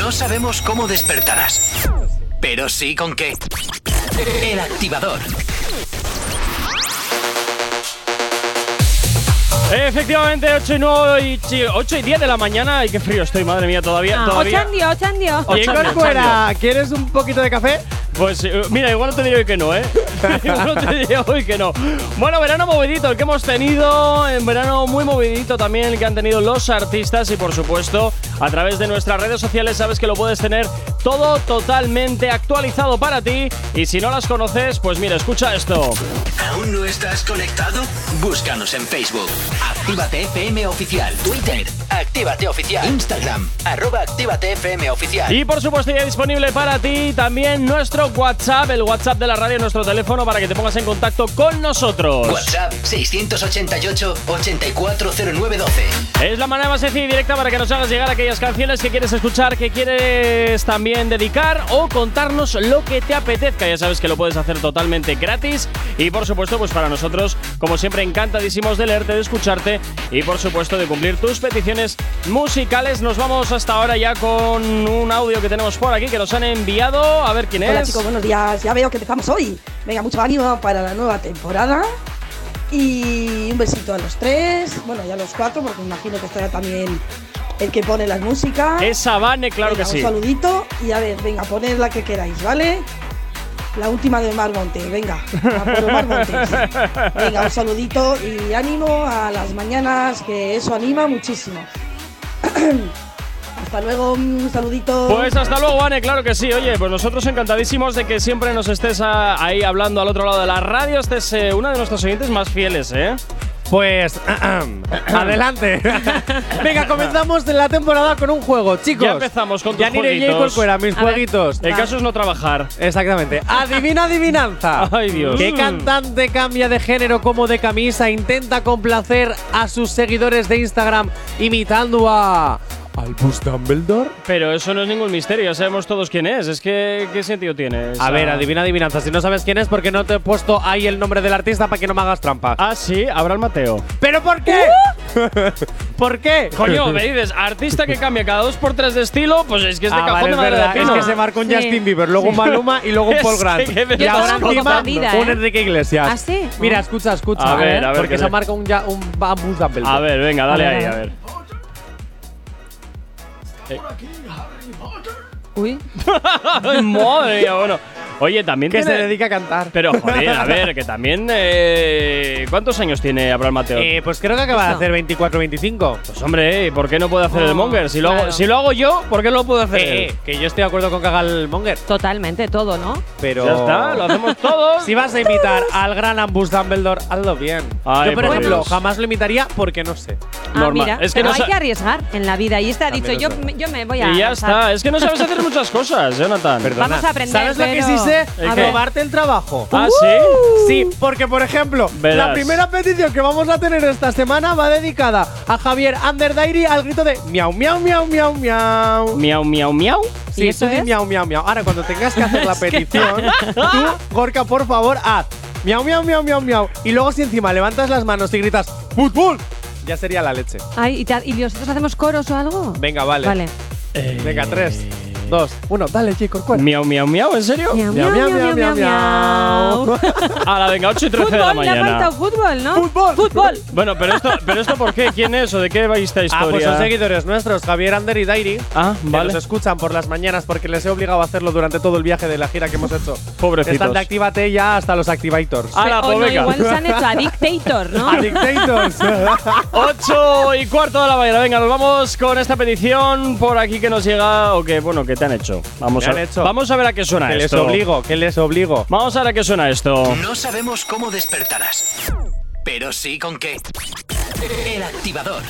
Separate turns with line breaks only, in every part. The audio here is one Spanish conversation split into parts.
No sabemos cómo despertarás, pero sí con qué. El activador.
Efectivamente, 8 y 9 y 8 y 10 de la mañana. Ay, qué frío estoy, madre mía, todavía.
Ah,
todavía.
Ochandio, ochandio.
Ah, Ocho
Chicos,
años,
fuera, ¿quieres un poquito de café?
Pues eh, mira, igual no te diré hoy que no, ¿eh? igual no te diré hoy que no. Bueno, verano movidito, el que hemos tenido, en verano muy movidito también el que han tenido los artistas y por supuesto a través de nuestras redes sociales sabes que lo puedes tener todo totalmente actualizado para ti y si no las conoces, pues mira, escucha esto.
¿Aún no estás conectado? Búscanos en Facebook. Actívate FM Oficial. Twitter. Actívate Oficial. Instagram. Arroba Actívate FM Oficial.
Y por supuesto ya disponible para ti también nuestro WhatsApp, el WhatsApp de la radio, nuestro teléfono para que te pongas en contacto con nosotros.
WhatsApp 688 840912.
Es la manera más sencilla y directa para que nos hagas llegar aquellas canciones que quieres escuchar, que quieres también dedicar o contarnos lo que te apetezca. Ya sabes que lo puedes hacer totalmente gratis y por supuesto pues para nosotros como siempre encantadísimos de leerte, de escucharte y por supuesto de cumplir tus peticiones musicales. Nos vamos hasta ahora ya con un audio que tenemos por aquí que nos han enviado. A ver quién
Hola
es.
chicos, buenos días. Ya veo que empezamos hoy. Venga, mucho ánimo para la nueva temporada. Y un besito a los tres, bueno, y a los cuatro, porque me imagino que estará también el que pone las músicas.
es Sabane, claro
Venga,
que sí.
Un saludito y a ver, venga, poned la que queráis, ¿vale? La última de Mar Monte, venga, a por Mar Montes. Venga, un saludito y ánimo a las mañanas, que eso anima muchísimo. Hasta luego, un saludito.
Pues hasta luego, Ane, claro que sí. Oye, pues nosotros encantadísimos de que siempre nos estés ah, ahí hablando al otro lado de la radio. Este es eh, uno de nuestros oyentes más fieles, ¿eh?
Pues adelante. Venga, comenzamos la temporada con un juego, chicos.
Ya empezamos con tus
Yanire y
jueguitos.
Jacob fuera, mis
A ver.
jueguitos.
El caso es no trabajar.
Exactamente. Adivina adivinanza.
Ay, Dios.
¿Qué
Mm.
cantante cambia de género como de camisa? Intenta complacer a sus seguidores de Instagram imitando a. Albus Dumbledore.
Pero eso no es ningún misterio, ya sabemos todos quién es. Es que, ¿qué sentido tiene? esa-
A ver, adivina adivinanza. Si no sabes quién es, porque no te he puesto ahí el nombre del artista para que no me hagas trampa.
Ah, sí, Abraham Mateo.
¿Pero por qué? ¿Por qué?
Coño, me dices, artista que cambia cada dos por tres de estilo, pues es que es de
Ah,
cajón
vale,
de
es
madre de
verdad. Es
pino.
que se marcó un
Sí.
Justin Bieber, luego un Maluma y luego un
Es
Paul
que
Grant.
me
Y
Yo
ahora
conozco
encima
esa vida,
un
¿eh?
Enrique Iglesias.
¿Ah, sí?
Mira, escucha, escucha. ¿eh?
A ver, a ver,
Porque
que
se
le-
marca un, ja- un Bambus Dumbledore.
A ver, venga, dale ahí, a ver.
Uy.
Ay, madre mía, bueno. Oye, también
Que se
tiene-
dedica a cantar. Eh,
Pero joder, a ver, que también. eh, ¿Cuántos años tiene Abraham Mateo?
Eh, pues creo que acaba de
Eso.
hacer 24 25.
pues hombre, eh, ¿por qué no puede hacer el
Oh,
monger? Si lo, hago,
claro.
si lo hago yo, ¿por qué no lo puedo hacer?
Eh, eh,
él?
que yo estoy de acuerdo con que haga el monger.
Totalmente, todo, ¿no?
Pero.
Ya está, lo hacemos todos.
Si vas a imitar al gran Ambus Dumbledore, hazlo bien.
Ay,
yo, por
por
ejemplo,
Dios.
jamás lo imitaría porque no sé.
Ah,
Normal.
mira.
Es que
pero
no
hay
sa-
que arriesgar en la vida. Y este ha dicho,
También es
yo,
verdad.
me- yo me voy a.
y ya
lanzar.
está. Es que no sabes hacer muchas cosas, Jonathan.
Perdona.
Vamos a aprender,
¿Sabes lo que
pero-
sí sé?
¿El qué?
Robarte el trabajo. Uh.
Ah, sí.
Sí, porque por ejemplo,
Verás.
la primera petición que vamos a tener esta semana va dedicada a Javier Underdiary al grito de miau, miau, miau, miau,
¡Uh!
miau.
Miau, miau, miau.
¿Y
Sí,
eso
tú di
es?
miau, miau, miau. Ahora, cuando tengas que hacer la petición, tú, Gorka, por favor, haz miau, miau, miau, miau, miau. Y luego, si encima levantas las manos y gritas fútbol, ya sería la leche.
Ay, ¿y, te- y nosotros hacemos coros o algo?
Venga, vale.
Vale. Eh.
Venga, tres, dos, uno. Dale, Jacob, cuál.
Miau, miau, miau, ¿en serio?
Miau, miau, miau, miau, miau, miau.
A la venga, 8 y 13 de la
Fútbol, le ha
mañana.
faltado fútbol, ¿no?
Fútbol.
Fútbol.
Bueno, pero esto, pero esto ¿por qué? ¿Quién es o de qué va esta
Ah, pues
historia?
son seguidores nuestros, Javier Underdiary.
Ah,
que
vale.
nos escuchan por las mañanas porque les he obligado a hacerlo durante todo el viaje de la gira que hemos hecho.
Pobrecitos.
Están de Actívate ya hasta los Activators.
Ah, la
O no,
pobeca.
igual se han hecho a Dictator, ¿no?
Addictators.
Ah, 8 y cuarto de la mañana. Venga, nos vamos con esta petición por aquí que nos llega o que, bueno, que te han hecho. Vamos,
Me
a,
han hecho.
vamos a ver a qué suena
que les
esto.
obligo, que les obligo.
Vamos a ver a qué suena esto.
No sabemos cómo despertarás, pero sí con qué. El activador.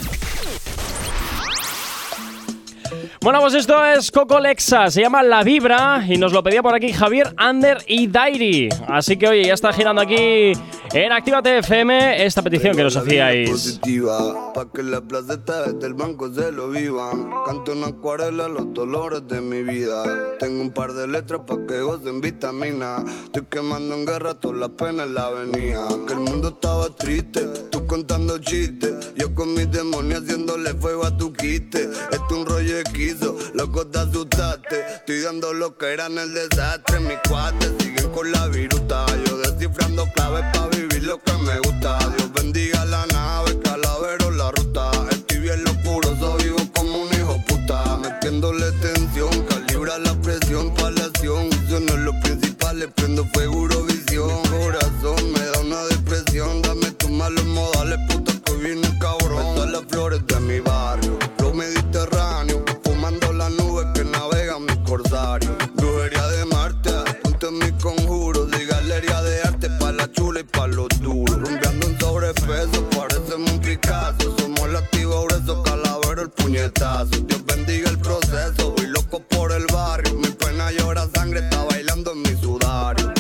Bueno, pues esto es Coco Lexa, se llama La Vibra y nos lo pedía por aquí Javier Ander y Dairi. Así que oye, ya está girando aquí en Actívate FM esta petición que nos hacíais.
Positiva, pa' que la placeta desde el banco se lo vivan. Canto una acuarela, los dolores de mi vida. Tengo un par de letras pa' que gocen vitamina. Estoy quemando en guerra todas las penas en la avenida. Que el mundo estaba triste, tú contando chistes. Yo con mis demonios haciéndole fuego a tu quiste. Esto es un rollo de quite hechizo, loco te asustaste. Estoy dando lo que era en el desastre. Mis cuates siguen con la viruta. Yo descifrando claves para vivir lo que me gusta. Dios bendiga la nave, calavero la ruta. Estoy bien locuro, soy vivo como un hijo puta. Metiéndole tensión, calibra la presión para la acción. Yo no es lo principal, le prendo fuego Eurovisión. Corazón me da una depresión, dame tus malos modales, puta que viene cabrón. Estas las flores de mi barrio, lo mediterráneo, fumando las nubes que navegan mis corsarios. Brujería de Marte, ponte mis conjuros, de galería de arte para la chula y para los duros. Rumbeando un sobrepeso, parecemos un Picasso, somos lativo grueso, calavero el puñetazo. Dios bendiga el proceso, voy loco por el barrio, mi pena llora sangre, está bailando en mi sudario.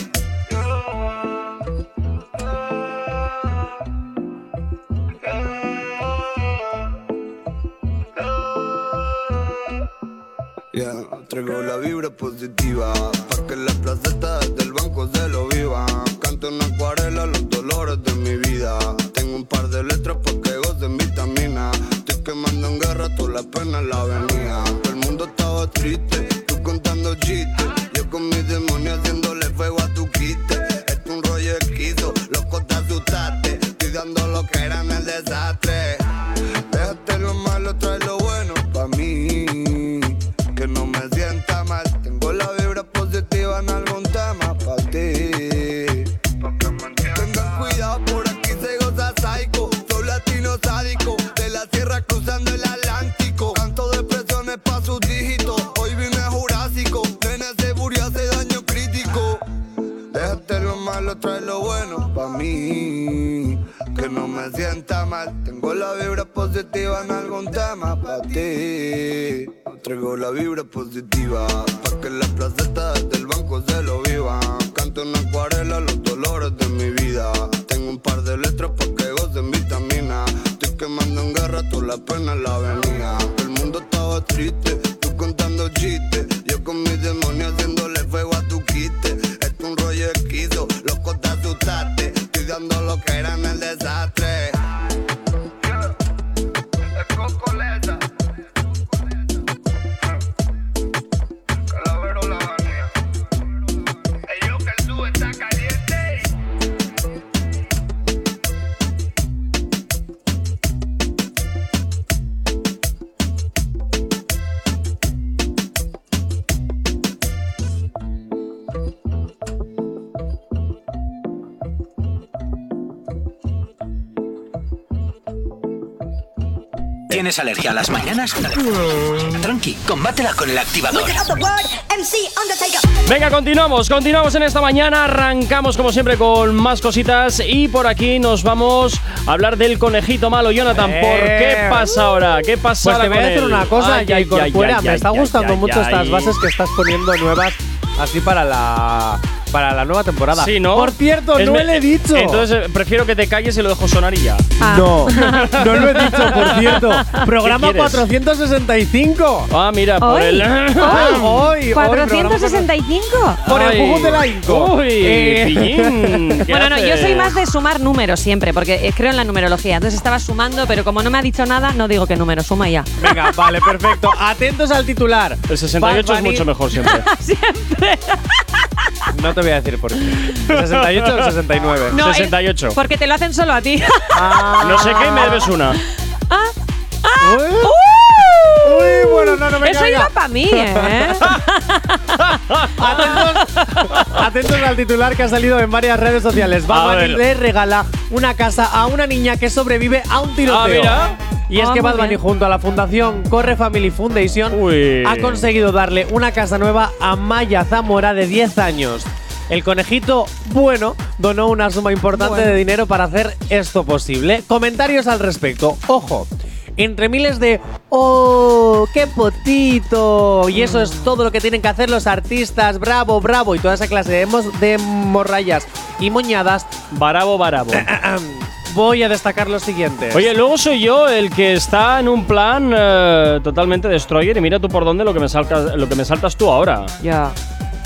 Ya Traigo la vibra positiva Pa' que las placetas del banco se lo vivan Canto en acuarela los dolores de mi vida Tengo un par de letras pa' que gocen vitamina Estoy quemando en guerra todas las penas en la avenida Todo el mundo estaba triste, tú contando chistes Yo con mis demonios haciéndole fuego a tu quite Esto es un rollo esquizo, loco te asustaste Estoy dando lo que era en el desastre Déjate lo malo, trae lo bueno pa' mí que no me sienta mal. Tengo la vibra positiva en algún tema para ti. Tengan cuidado, por aquí se goza psycho. Soy latino sádico, de la sierra cruzando el Atlántico. Canto de presiones pa' sus dígitos. Hoy vine jurásico, nena se murió hace daño crítico. Déjate lo malo, trae lo bueno pa' mí. Que no me sienta mal. Tengo la vibra positiva en algún tema pa' ti. Traigo la vibra positiva pa' que las placetas del banco se lo vivan. Canto en acuarela los dolores de mi vida. Tengo un par de letras pa' que gocen vitamina. Estoy quemando en guerra todas las penas en la avenida. El mundo estaba triste, tú contando chistes. Yo con mis demonios haciéndole fuego a tu quite. Esto es un rollo esquizo, loco te asustaste. Estoy dando lo que era en el desastre. Calavero la vanilla. El yo que el sube está caliente.
¿Tienes alergia a las mañanas? Tranqui, combátela con el activador.
Venga, continuamos, continuamos en esta mañana. Arrancamos como siempre con más cositas y por aquí nos vamos a hablar del conejito malo, Jonathan.
Eh.
¿Por qué pasa ahora? ¿Qué pasa
Pues
ahora?
te voy a
con
decir
él?
una cosa,
Ay,
ya
ay,
incorpora.
ay,
Me
ay,
está
ay,
gustando
ay,
mucho
ay.
estas bases que estás poniendo nuevas, así para la para la nueva temporada.
Sí, ¿no?
Por cierto,
Es
no
me-
le he dicho.
Entonces eh, prefiero que te calles y lo dejo sonar y ya.
Ah.
No, no lo he dicho, por cierto. Programa
quieres?
465.
Ah, mira, por
Hoy.
el.
Hoy, hoy,
¿465?
Por el
Ay.
jugo de la Inco.
Uy,
Eh,
pillín, ¿qué
Bueno, no, yo
haces?
soy más de sumar números siempre, porque eh, creo en la numerología. Entonces estaba sumando, pero como no me ha dicho nada, no digo qué número, suma ya.
Venga, vale, perfecto. Atentos al titular.
El 68
Bad
es
Bunny-
mucho mejor siempre.
No te voy a decir por qué. ¿El 68 o el 69?
No, es-
68.
Porque te lo hacen solo a ti.
Ah.
No sé qué y me debes una.
Ah,
Uy. ¡Uh! Uy, bueno, no, no me
Eso iba para mí, ¿eh?
Atentos, atentos al titular que ha salido en varias redes sociales.
A
Bad Bunny
ver.
le regala una casa a una niña que sobrevive a un tiroteo.
Ah, mira.
Y es
Ah,
que
muy
Bad Bunny
bien.
junto a la fundación Corre Family Foundation
Uy.
ha conseguido darle una casa nueva a Maya Zamora de 10 años. El conejito bueno donó una suma importante de dinero para hacer esto posible. Comentarios al respecto. Ojo. Entre miles de ¡Oh, qué potito! Y eso es todo lo que tienen que hacer los artistas, bravo, bravo, y toda esa clase de, mos- de morrayas y moñadas.
Barabo, barabo.
Voy a destacar los siguientes.
Oye, luego soy yo el que está en un plan eh, totalmente destroyer y mira tú por dónde lo que me saltas, lo que me saltas tú ahora.
Ya.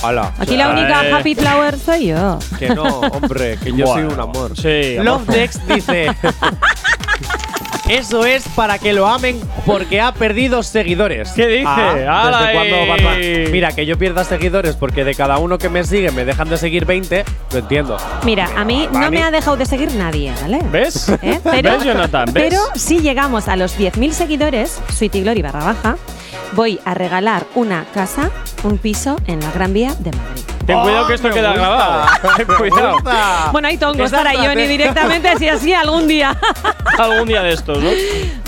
Hola.
Aquí la única
Eh.
happy flower soy yo.
Que no, hombre, que yo soy
Bueno,
un amor.
Sí, amor.
Love Dex dice. Eso es para que lo amen porque ha perdido seguidores.
¿Qué dice? eh!
Ah,
¡Hala
¿desde
ahí!
cuándo, Batman? Mira, que yo pierda seguidores porque de cada uno que me sigue me dejan de seguir 20, lo entiendo.
Mira, a mí no
Vani.
me ha dejado de seguir nadie, ¿vale?
¿Ves?
¿Eh? Pero,
¿Ves, Jonathan? ¿Ves?
pero si llegamos a los 10.000 seguidores, Sweetie Glory barra baja, voy a regalar una casa, un piso en la Gran Vía de Madrid.
Ten cuidado que esto
me
queda
gusta.
grabado. Ten cuidado.
Bueno, hay tongos
Esa
para
Ah. es la
Johnny
de-
directamente, así así algún día.
Algún día de estos, ¿no?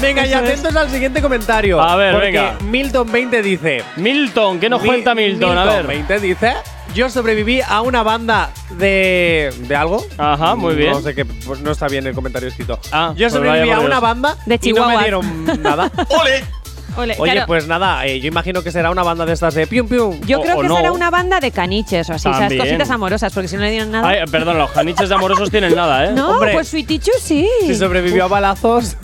Venga, y
Eso es.
atentos al siguiente comentario.
A ver,
porque
venga.
Milton20 dice.
Milton, ¿qué nos
Mi-
cuenta Milton? A ver.
20 dice. Yo sobreviví a una banda de. ¿De algo?
Ajá, muy bien.
No sé qué. Pues no está bien el comentario escrito.
Ah,
yo
pues vaya
sobreviví
por
a una
Dios.
banda.
De
Y no
chihuahuas.
me dieron nada.
¡Ole!
Ole,
Oye,
claro,
pues nada, eh, yo imagino que será una banda de estas de pium pium. Oh,
yo
o-
creo
o
que
no.
será una banda de caniches o así, esas
También.
cositas amorosas, porque si no le dieron nada.
Ay, perdón, los janiches de amorosos tienen nada, ¿eh?
no,
hombre.
pues Sweetie Chu sí.
Si sobrevivió a balazos.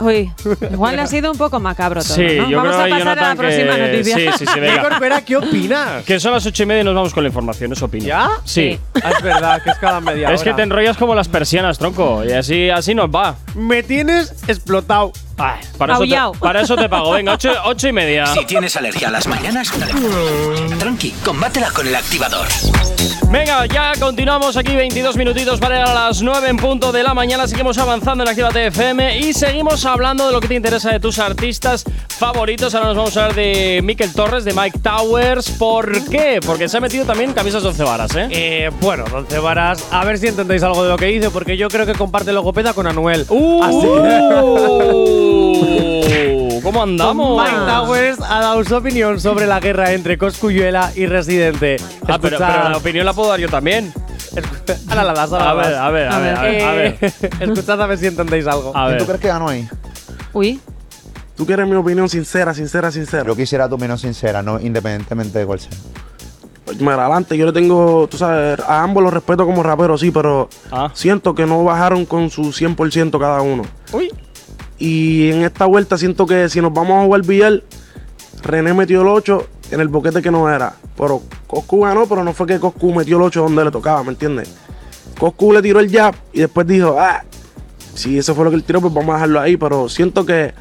Uy, igual ha sido un poco macabro todo.
Sí,
¿no?
yo creo
Vamos a pasar a la
Jonathan,
próxima
que-
noticia.
Sí, sí, sí,
Diego
venga.
Herrera, ¿qué opinas?
que son las ocho y media y nos vamos con la información, eso opino.
¿Ya?
Sí.
Ah, es verdad, que es cada media
Es que
hora.
te enrollas como las persianas, tronco. Y así, así nos va.
Me tienes explotado.
Ay, para, eso
Aullao.
te, para eso te pago. Venga, ocho, ocho y media.
Si tienes alergia a las mañanas, tranqui, combátela con el activador.
Venga, ya continuamos aquí 22 minutitos para llegar a las 9 en punto de la mañana. Seguimos avanzando en Actívate FM y seguimos hablando de lo que te interesa de tus artistas favoritos. Ahora nos vamos a hablar de Mikel Torres, de Mike Towers. ¿Por qué? Porque se ha metido también camisas de once varas, ¿eh?
Eh, bueno, Donce Varas, a ver si entendéis algo de lo que dice, porque yo creo que comparte logopeda con Anuel. Así.
Uh, ¿Cómo andamos? Ah,
Mike Towers ha dado su opinión sobre la guerra entre Coscuyuela y Residente.
Ah, pero,
Escuchad-
pero la opinión la puedo dar yo también.
Ahora la das, ahora
A
la
ver,
das.
a ver, a ver, a ver. A ver.
Eh, Escuchad a ver si entendéis algo.
A
¿Tú
ver.
crees que ganó ahí?
Uy,
Tú quieres mi opinión sincera, sincera, sincera.
Yo quisiera tu opinión sincera, no independientemente de cuál sea.
Pues, Mira, adelante, yo le tengo, tú sabes, a ambos los respeto como raperos, sí, pero
Ah.
siento que no bajaron con su 100% cada uno.
Uy.
Y en esta vuelta siento que si nos vamos a jugar billar, René metió el 8 en el boquete que no era. Pero Coscu ganó, pero no fue que Coscu metió el 8 donde le tocaba, ¿me entiendes? Coscu le tiró el jab y después dijo, ah, si eso fue lo que él tiró, pues vamos a dejarlo ahí. Pero siento que,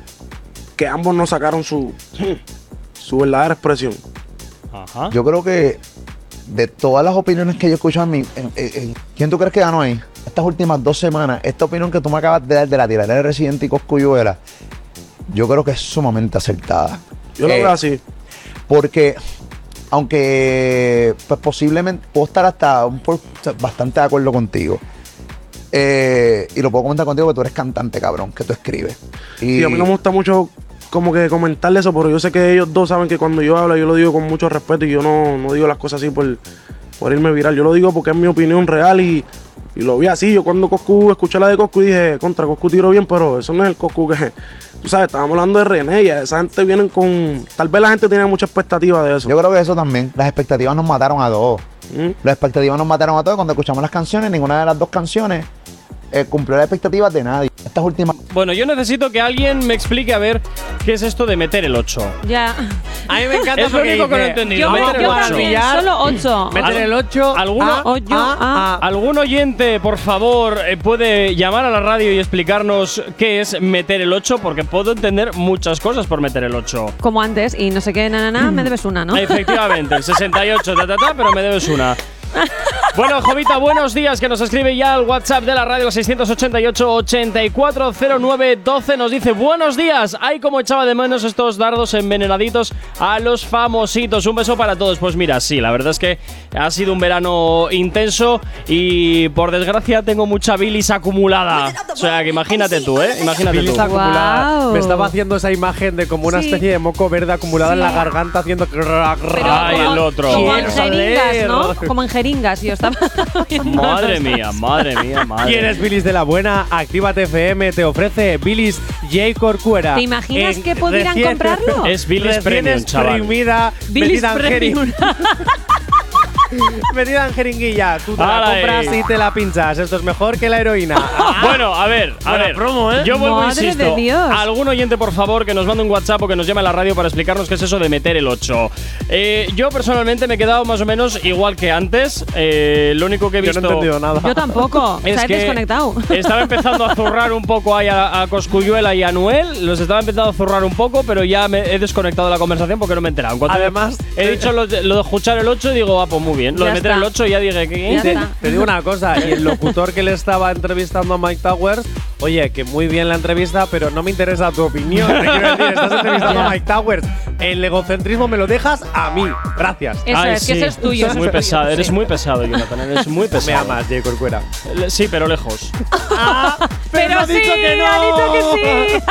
que ambos no sacaron su, su verdadera expresión.
Ajá.
Yo creo que de todas las opiniones que yo escucho a mí, eh, eh, eh, ¿quién tú crees que ganó ahí? Estas últimas dos semanas, esta opinión que tú me acabas de dar de la tiradera de Residente y Coscuyuela, yo creo que es sumamente acertada.
Yo lo
Eh,
veo así.
porque aunque pues posiblemente puedo estar hasta un por- bastante de acuerdo contigo eh, y lo puedo comentar contigo que tú eres cantante cabrón que tú escribes y
Y a mí no me gusta mucho como que comentarle eso, pero yo sé que ellos dos saben que cuando yo hablo yo lo digo con mucho respeto y yo no, no digo las cosas así por, por irme viral. Yo lo digo porque es mi opinión real y, y lo vi así. Yo cuando Coscu escuché la de Coscu dije, contra Coscu tiro bien, pero eso no es el Coscu que... Tú sabes, estábamos hablando de René y esa gente vienen con... Tal vez la gente tiene mucha expectativa de eso.
yo creo que eso también las expectativas nos mataron a todos
¿Mm?
las expectativas nos mataron a todos cuando escuchamos las canciones ninguna de las dos canciones eh, cumplió las expectativas de nadie estas últimas
Bueno, yo necesito que alguien me explique a ver qué es esto de meter el 8.
ya.
A mí me encanta
Es lo
porque
único que no he
dice,
entendido.
Yo, me-
vamos a
yo
jugar al
también,
billar,
solo 8.
Meter el 8.
¿Alguno?
Hoyo, ah.
¿Algún oyente, por favor, eh, puede llamar a la radio y explicarnos qué es meter el 8? Porque puedo entender muchas cosas por meter el 8.
Como antes, y no sé qué, na, na,
Mm.
na, me debes una, ¿no?
Efectivamente, el 68, ta, ta, ta, pero me debes una. Bueno, Jovita, buenos días, que nos escribe ya el WhatsApp de la radio 688-8409-12. Nos dice, buenos días, ay, como echaba de menos estos dardos envenenaditos a los famositos. Un beso para todos. Pues mira, sí, la verdad es que ha sido un verano intenso y por desgracia tengo mucha bilis acumulada. O sea, que imagínate tú, ¿eh? Imagínate tú.
Bilis acumulada.
Guau.
Me estaba haciendo esa imagen de como una
Sí.
especie de moco verde acumulada en la
Sí.
garganta haciendo.
Pero
Ay,
como,
el otro.
Como en
Quiero
jeringas,
leer.
¿no? Como en jeringas, yo estaba. viendo
Madre
cosas.
mía, madre mía, madre
¿Quién es Bilis de la Buena? Actívate FM te ofrece Bilis J. Corcuera.
¿Te imaginas
En-
que pudieran
recién-
comprarlo?
Es Bilis
recién
Premium, chaval.
exprimida,
Bilis
metida en
Premium.
jeringa. Metida en jeringuilla. Tú te la
¡Hala,
compras
eh!
y te la pinchas. Esto es mejor que la heroína.
Bueno, a ver, a
Buena
ver.
promo, ¿eh?
Yo vuelvo,
Madre
insisto.
de Dios.
Algún oyente, por favor, que nos mande un WhatsApp o que nos llame a la radio para explicarnos qué es eso de meter el 8. Eh, yo personalmente me he quedado más o menos igual que antes. Eh, lo único que he
Yo no
visto.
he entendido nada.
Yo tampoco. o
Es
sea, he
que
desconectado.
Estaba empezando a zurrar un poco ahí a, a Cosculluela y a Noel. Los estaba empezando a zurrar un poco, pero ya me he desconectado de la conversación porque no me he enterado. En cuanto
Además- eh,
he dicho lo, de- lo de escuchar el 8 y digo, ah, pues muy bien. Lo
Ya
de meter
está.
el 8 ya dije, ¿qué?
Ya
Te,
está.
te digo una cosa, y el locutor que le estaba entrevistando a Mike Towers, oye, que muy bien la entrevista, pero no me interesa tu opinión. Te quiero decir, estás entrevistando a Mike Towers. El egocentrismo me lo dejas a mí. Gracias.
Eso
Ay,
es, que
sí.
eso es tuyo. eso
Muy
es tuyo,
pesado, eres
sí.
muy pesado, Jonathan. Eres muy pesado.
Me amas, J. Corcuera.
Le- Sí, pero lejos.
Pero
ha
sí,
dicho que no.
ha dicho que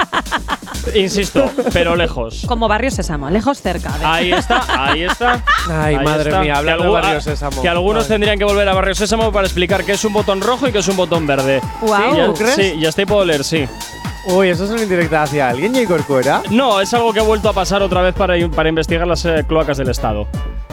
sí.
Insisto, pero lejos.
Como Barrio Sésamo, lejos cerca. de-
Ahí está, ahí está.
Ay,
Ahí
madre
está.
mía,
Que
hablando
algu-
de Barrio
a-
Sésamo.
Que algunos
Ay.
tendrían que volver a Barrio Sésamo para explicar qué es un botón rojo y qué es un botón verde.
Guau.
Sí, ya-
¿Tú
crees?
Sí, ya estoy por leer, sí.
Uy, eso es una indirecta hacia alguien, J. Corcuera.
No, es algo que ha vuelto a pasar otra vez para, para investigar las eh, cloacas del Estado.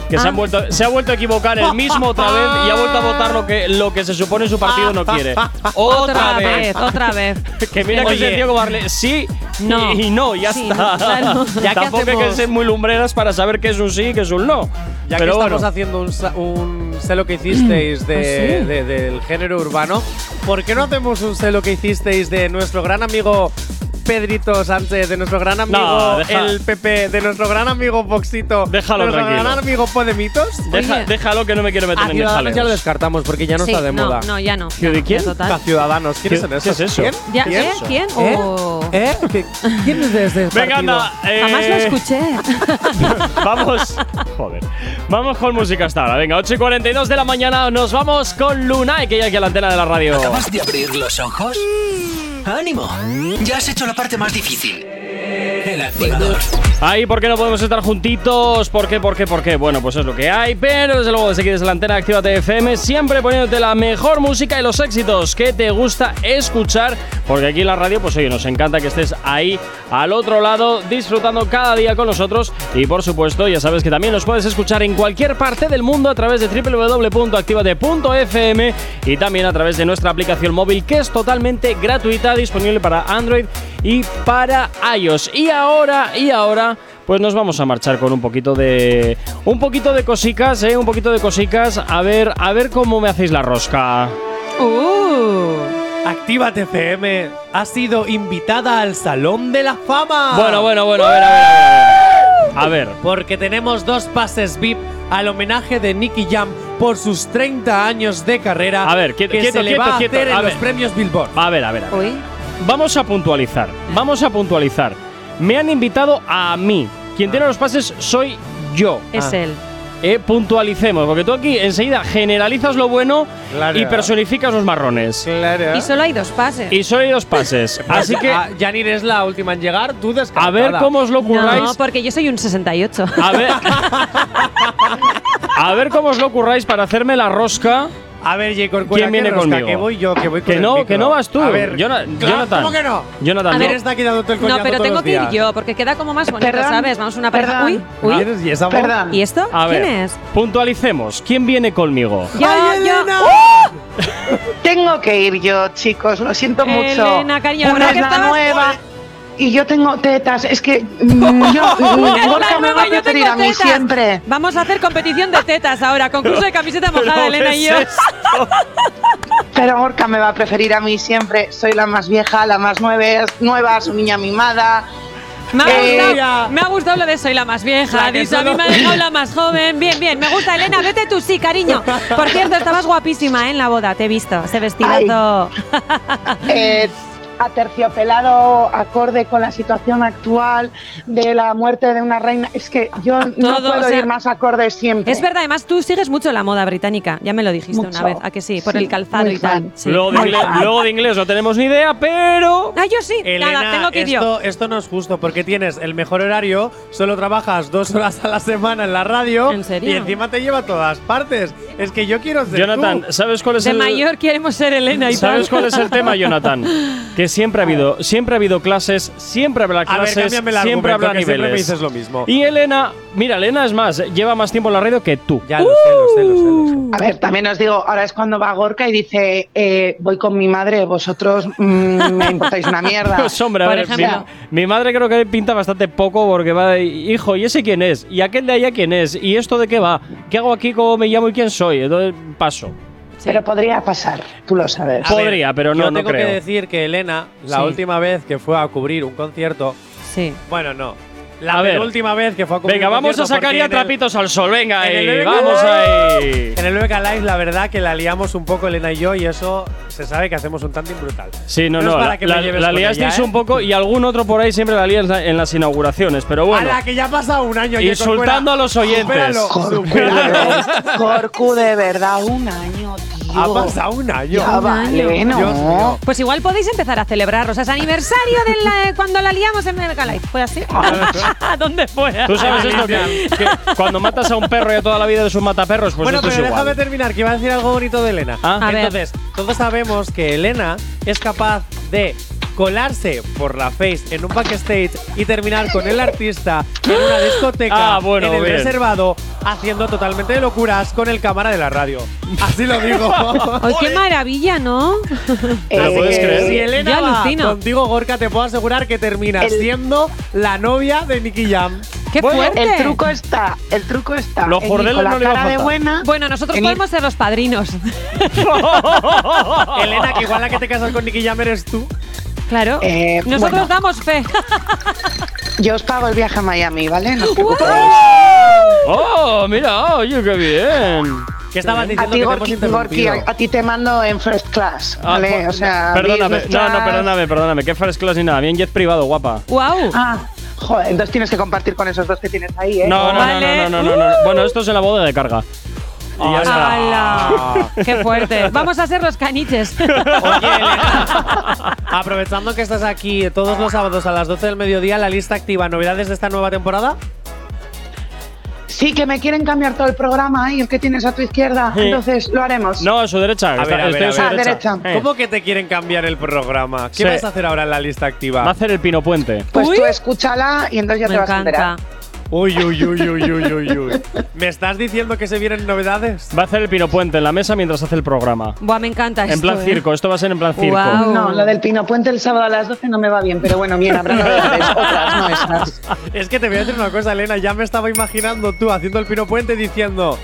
Que se,
Ah.
han vuelto, se ha vuelto a equivocar el mismo otra vez y ha vuelto a votar lo que, lo que se supone su partido no quiere.
Otra vez, otra vez.
Que mira que
Oye.
sentido como darle sí
No.
y, y no, ya
Sí,
está.
no, claro.
Ya que
Tampoco hay que
hacemos-
ser muy lumbreras para saber qué es un sí y qué es un no.
Ya
Pero
que estamos
bueno, Ah,
haciendo un, sa- un sé lo que hicisteis de- de- del género urbano, ¿por qué no hacemos un sé lo que hicisteis de nuestro gran amigo Pedrito Sánchez, de nuestro gran amigo
deja-
el PP, de nuestro gran amigo Foxito,
Déjalo
de nuestro
tranquilo.
gran amigo Podemitos?
deja-
Oye.
déjalo que no me quiero meter
A
en el
Ciudadanos ya lo
jaleo.
descartamos porque ya no
Sí,
está de moda.
No, ya no.
¿Qué, de
ya no,
quién?
ya
A
Total.
Ciudadanos, ¿quiénes
¿Qué-
son
qué es
esos?
eso?
¿Quién?
Ya,
¿Quién?
¿eh? ¿Quién?
¿Eh?
O-
¿Eh? ¿Qué- ¿Quién es de este
Venga,
partido?
anda. eh,
Jamás lo escuché.
Vamos. Joder. Vamos con música hasta ahora. Venga, 8 y 42 de la mañana. Nos vamos con Lunay, que ya aquí a la antena de la radio.
¿Acabas de abrir los ojos? ¡Ánimo! Ya has hecho la parte más difícil. El activador.
Ahí, ¿por qué no podemos estar juntitos? ¿Por qué, por qué, por qué? Bueno, pues es lo que hay, pero desde luego desde aquí desde la antena Actívate FM, siempre poniéndote la mejor música y los éxitos que te gusta escuchar, porque aquí en la radio, pues oye, nos encanta que estés ahí al otro lado, disfrutando cada día con nosotros y por supuesto, ya sabes que también nos puedes escuchar en cualquier parte del mundo a través de www.activate.fm y también a través de nuestra aplicación móvil que es totalmente gratuita, disponible para Android y para iOS. Y ahora, y ahora, pues nos vamos a marchar con un poquito de un poquito de cosicas, eh, un poquito de cosicas, a ver, a ver cómo me hacéis la rosca.
Ah. Uh.
Actívate FM ha sido invitada al Salón de la Fama.
Bueno, bueno, bueno, a ver, a ver, a ver. A ver.
porque tenemos dos pases VIP al homenaje de Nicky Jam por sus 30 años de carrera
A ver, quieto,
que
quieto,
se le
quieto,
va
quieto,
a hacer
a
en los
ver.
premios Billboard.
A ver, a ver, a ver.
Uy.
Vamos a puntualizar, vamos a puntualizar. Me han invitado a mí. Quien tiene los pases soy yo.
Es
Ah.
él.
Eh, puntualicemos, porque tú aquí enseguida generalizas lo bueno
Claro.
y personificas los marrones.
Claro.
Y solo hay dos pases.
Y soy dos pases. Así que
Ah, Janine es la última en llegar, tú descartada.
a ver cómo os lo curráis.
No, pues- porque yo soy un 68.
A ver. A ver cómo os lo curráis para hacerme la rosca.
A ver, J. Corcuera,
¿Quién
que
viene
rosca,
conmigo?
Que voy yo, que voy con
Que
el
no,
micro.
que no vas tú.
A ver,
Jona-
claro,
Jonathan.
¿Cómo que no?
Jonathan,
A ver,
no.
está quitándote el
No,
coñazo
pero
todos
tengo
los
que ir
días.
yo, porque queda como más bonito,
Perdón,
¿sabes? Vamos una pareja.
perdón.
Uy, uy.
¿Quieres? ¿Y esa voz?
Perdón.
¿Y esto?
A ver,
¿Quién es?
puntualicemos. ¿Quién viene conmigo?
Yo,
¡Ay,
yo.
Elena!
Tengo que ir yo, chicos, lo siento mucho.
Elena, cariño,
Una
¿verdad
es
que
la
estabas-
nueva y yo tengo tetas. Es que mm, yo,
Una
mm,
es la
Gorka me
nueva,
va a
yo
preferir
tengo
a mí
tetas.
siempre.
Vamos a hacer competición de tetas ahora. Concurso de camiseta mojada,
¿Pero
Elena
qué
y
es
yo.
esto?
Pero Gorka me va a preferir a mí siempre. Soy la más vieja, la más nueve- nueva, su niña mimada.
Me ha,
Eh,
gustado, me ha gustado lo de soy la más vieja.
La que
Dice, a mí
solo-
me ha dejado la más joven. Bien, bien. Me gusta, Elena. Vete tú, sí, cariño. Por cierto, estabas guapísima ¿eh? en la boda. Te he visto. Ese vestidazo.
eh, aterciopelado acorde con la situación actual de la muerte de una reina. Es que yo no
Todo,
puedo
o sea,
ir más acorde siempre.
Es verdad, además tú sigues mucho la moda británica. Ya me lo dijiste una
Mucho.
vez. ¿A que sí? Por
Sí,
el calzado
muy
y tal.
fan.
Sí.
Luego, de
Muy
inglés,
mal.
luego de inglés no tenemos ni idea, pero.
Ah, yo sí.
Elena,
Nada, tengo que ir yo.
esto, esto no es justo porque tienes el mejor horario, solo trabajas dos horas a la semana en la radio
¿En serio?
y encima te lleva a todas partes. Es que yo quiero ser
Jonathan,
tú.
¿sabes cuál es
De
el
mayor queremos ser Elena y tal.
¿Sabes cuál es el tema, Jonathan? Que siempre ha habido, siempre ha habido clases, siempre habrá
A ver,
clases,
cámbiame el
siempre
argumento,
habrá
que
niveles.
siempre me dices lo mismo.
Y Elena, mira, Elena es más, lleva más tiempo en la radio que tú.
Ya lo sé, lo sé, lo sé, lo sé.
Uh,
A ver, también os digo, ahora es cuando va Gorka y dice, eh, voy con mi madre, vosotros mm, me importáis una mierda.
Pues hombre, a
Por
ver, mi-
ejemplo.
mi, madre creo que pinta bastante poco porque va de, hijo, ¿y ese quién es? ¿Y aquel de allá quién es? ¿Y esto de qué va? ¿Qué hago aquí? ¿Cómo me llamo y quién soy? Entonces paso.
Pero podría pasar, tú lo sabes.
A ver,
Podría, pero no,
yo
no
tengo
creo.
que decir que Elena, la
Sí.
última vez que fue a cubrir un concierto,
Sí.
bueno, no, la
A ver.
última vez que fue a cubrir
Venga,
un
vamos
concierto,
a sacar
porque
ya
en el-
trapitos al sol, venga,
en el
ahí,
BBK
vamos ahí.
Live- En el BBK Live, la verdad que la liamos un poco Elena y yo, y eso se sabe que hacemos un tandem brutal.
Sí, no,
es
no,
para
la,
que me
la-
lleves
la
con
liasteis
ella, ¿eh?
un poco y algún otro por ahí siempre la lías la- en las inauguraciones, pero bueno.
A la que ya ha pasado un año. oye,
Insultando
Corcuera,
a los oyentes.
supéralo,
Corcu,
supéralo.
Corcu, de verdad, un año, tío.
ha pasado un año.
Ya
Un
vale,
año.
no.
Dios mío.
Pues igual podéis empezar a celebrar, o sea, es aniversario de la- cuando la liamos en BBK Live. ¿Fue así? ¿A dónde fue?
Tú sabes
Ah.
esto que, que cuando matas a un perro y a toda la vida de sus mataperros, pues
bueno,
esto
pero
es igual.
déjame terminar, que iba a decir algo bonito de Elena.
Ah.
A ver.
Entonces, todos sabemos que Elena es capaz de colarse por la face en un backstage y terminar con el artista en una discoteca
Ah, bueno,
en el
bien.
reservado haciendo totalmente locuras con el cámara de la radio. Así lo digo. Eh,
Ay, qué maravilla, ¿no?
¿Te lo puedes creer?
Si Elena
Yo
va
alucino.
contigo, Gorka, te puedo asegurar que terminas
El-
siendo la novia de Nicky Jam.
¡Qué
Bueno,
fuerte!
El truco está, el truco está.
Los
Eh,
en
jordeles
ir con
no le
la
va a
cara de
faltar.
buena.
Bueno, nosotros
en ir-
podemos ser los padrinos.
Elena, que igual la que te casas con Nicky Jam eres tú.
claro.
Eh,
nosotros
bueno.
damos fe.
Yo os pago el viaje a Miami, ¿vale? No os preocupéis.
¡Oh, mira! ¡Oye, qué bien!
Que estabas
A
diciendo
ti,
que te hemos
Gorky, Gorky,
interrumpido.
a, a ti te mando en first class,
Ah,
¿vale?
po-
o sea,
perdóname,
business
no, no,
class.
perdóname, perdóname. Que first class ni nada. Bien, jet privado, guapa.
¡Guau!
Ah, joder, entonces tienes que compartir con esos dos que tienes ahí, ¿eh?
No, no,
Vale.
no, no, no, no,
Uh.
no. Bueno, esto es en la boda de carga. Y
Ah,
ya está.
¡Hala! ¡Qué fuerte! Vamos a ser los caniches.
Oye, Elena, aprovechando que estás aquí todos los sábados a las 12 del mediodía, la lista activa, novedades de esta nueva temporada.
Sí, que me quieren cambiar todo el programa ahí, el que tienes a tu izquierda.
Sí.
Entonces lo haremos.
No, a su derecha. está-
ver, a ver,
estoy
a
su
ver.
Ah,
derecha.
derecha.
Eh,
¿Cómo que te quieren cambiar el programa? ¿Qué
Sí.
vas a hacer ahora en la lista
Va a
activa?
hacer el pino puente.
Pues
Uy.
tú escúchala y entonces ya
Me
te vas a enterar.
encanta.
Uy, uy, uy, uy, uy, uy, uy. ¿Me estás diciendo que se vienen novedades?
Va a hacer el pino puente en la mesa mientras hace el programa.
Buah, me
Ah,
encanta esto.
En plan
¿eh?
circo, esto va a ser en plan circo.
Guau.
No, lo del Pino Puente el sábado a las 12 no me va bien, pero bueno, bien, habrá novedades, otras, no esas.
Es que te voy a decir una cosa, Elena. Ya me estaba imaginando tú haciendo el pino puente diciendo.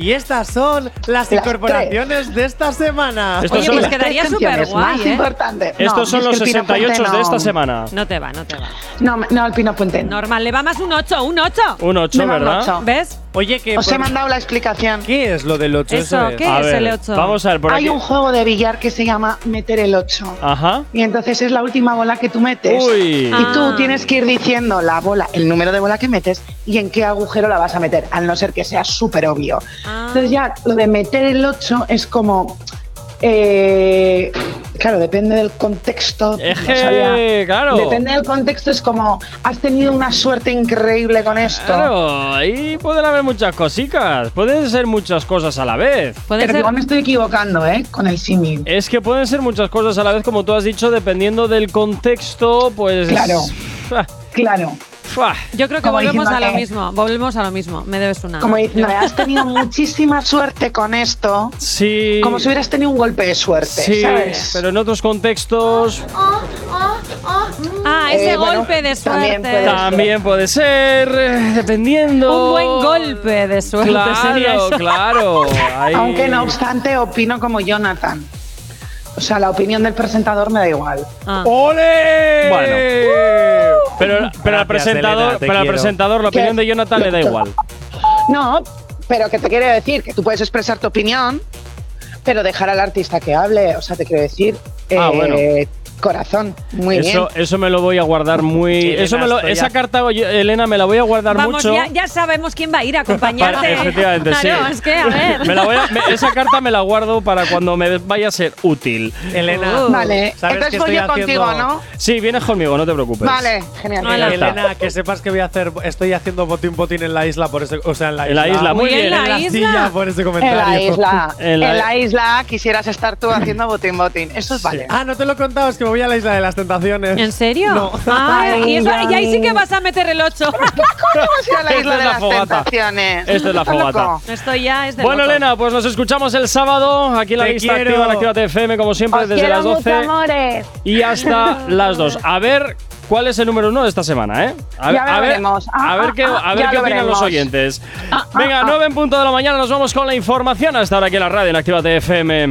Y estas son las,
Las
incorporaciones de esta semana.
Estos
Oye,
son
pues
los-
Las
quedaría
tres canciones
superguay,
más
¿eh?
importante. No,
Estos son
es
los
que el Pino Puente
68 de
no.
esta semana.
No te va, no te va.
No, me- no, el Pino Puente.
Normal, le va más un 8, un 8.
Un 8,
Me va un
¿verdad?
ocho.
¿Ves?
Oye, que.
Os
por-
he mandado la explicación.
¿Qué es lo del 8?
Eso, ¿qué
A
es
ver,
el 8?
Vamos a ver por
Hay
aquí.
un juego de billar que se llama meter el 8.
Ajá.
Y entonces es la última bola que tú metes.
Uy.
Y tú
Ah.
tienes que ir diciendo la bola, el número de bola que metes y en qué agujero la vas a meter, al no ser que sea súper obvio.
Ah.
Entonces ya lo de meter el 8 es como... eh, claro, depende del contexto. no
Eje,
sabía.
claro.
Depende del contexto, es como has tenido una suerte increíble con esto.
Claro, ahí pueden haber muchas cositas. Pueden ser muchas cosas a la vez.
Puede
Pero
ser.
igual me estoy equivocando, ¿eh? Con el símil.
Es que pueden ser muchas cosas a la vez, como tú has dicho, dependiendo del contexto, pues.
Claro.
Fua,
Claro.
fua.
Yo creo que
Como
volvemos
diciendo
a lo
que-
mismo. Volvemos a lo mismo. Me debes una.
Ah.
Como dice, "No, has tenido muchísima suerte con esto.
Sí.
Como si hubieras tenido un golpe de suerte,
Sí,
¿sabes?
pero en otros contextos
Ah, ese
Eh, bueno,
golpe de suerte.
también puede
este.
ser.
también puede ser, eh, dependiendo.
Un buen golpe de suerte sería
Claro,
eso.
claro. ahí-
Aunque no obstante, opino como Jonathan. O sea, la opinión del presentador me da igual.
Ah.
¡Ole! ¡Uh!
Bueno. Pero, pero al
Gracias,
presentador,
Elena, te
pero al
quiero.
presentador, la opinión
¿Qué?
de Jonathan le da igual.
No, pero que te quiero decir que tú puedes expresar tu opinión, pero dejar al artista que hable. O sea, te quiero decir.
Ah,
eh,
bueno.
Corazón, muy bien.
eso, eso me lo voy a guardar muy.
Elena,
eso me lo-
estoy
esa
ya-
carta, yo- Elena, me la voy a guardar
Vamos,
mucho.
ya, ya sabemos quién va a ir a
Para-
acompañarte. ¿eh?
efectivamente,
Claro,
sí.
es que, a ver.
Me la voy a- me- esa carta me la guardo para cuando me vaya a ser útil.
Elena,
Oh.
Vale,
¿sabes que
entonces
estoy
voy yo
haciendo-
contigo, ¿no?
Sí, vienes conmigo, no te preocupes.
Vale, genial.
Hola.
Ya está.
Elena, que sepas que voy a hacer, estoy haciendo botín botín en la isla por ese, o sea, en la
En la pues.
isla,
isla, muy
Muy en
bien.
la
en la
isla.
silla por ese
En
comentario.
la isla,
En
en
la-
la, isla quisieras estar tú haciendo botín botín. Eso es vale.
Ah, no te lo he contado, es que me voy a la isla de las tentaciones.
¿En serio?
No.
Ay, y, eso-
Ay,
y ahí sí que
ay.
vas a meter el 8.
Vamos a ir a la
Esta
isla
es
de
la
las
fogata.
tentaciones.
Esta es la
¿Estás
fogata.
loco?
Esto ya es de
Bueno,
loco.
Elena, pues nos escuchamos el sábado aquí en la
Te
lista
quiero.
activa en Actívate FM, como siempre,
Os
desde
quiero
las 12
mucho, amores.
y hasta las 2. A ver cuál es el número uno de esta semana, ¿eh? A,
Ya
ver-
lo
a ver,
veremos. Ah,
a ver qué,
ah,
a
ah,
ver
ya
qué
lo
opinan los
veremos. Ah,
oyentes. Venga, 9 en punto de la mañana, nos vamos con la información hasta ahora aquí en la radio en Actívate FM.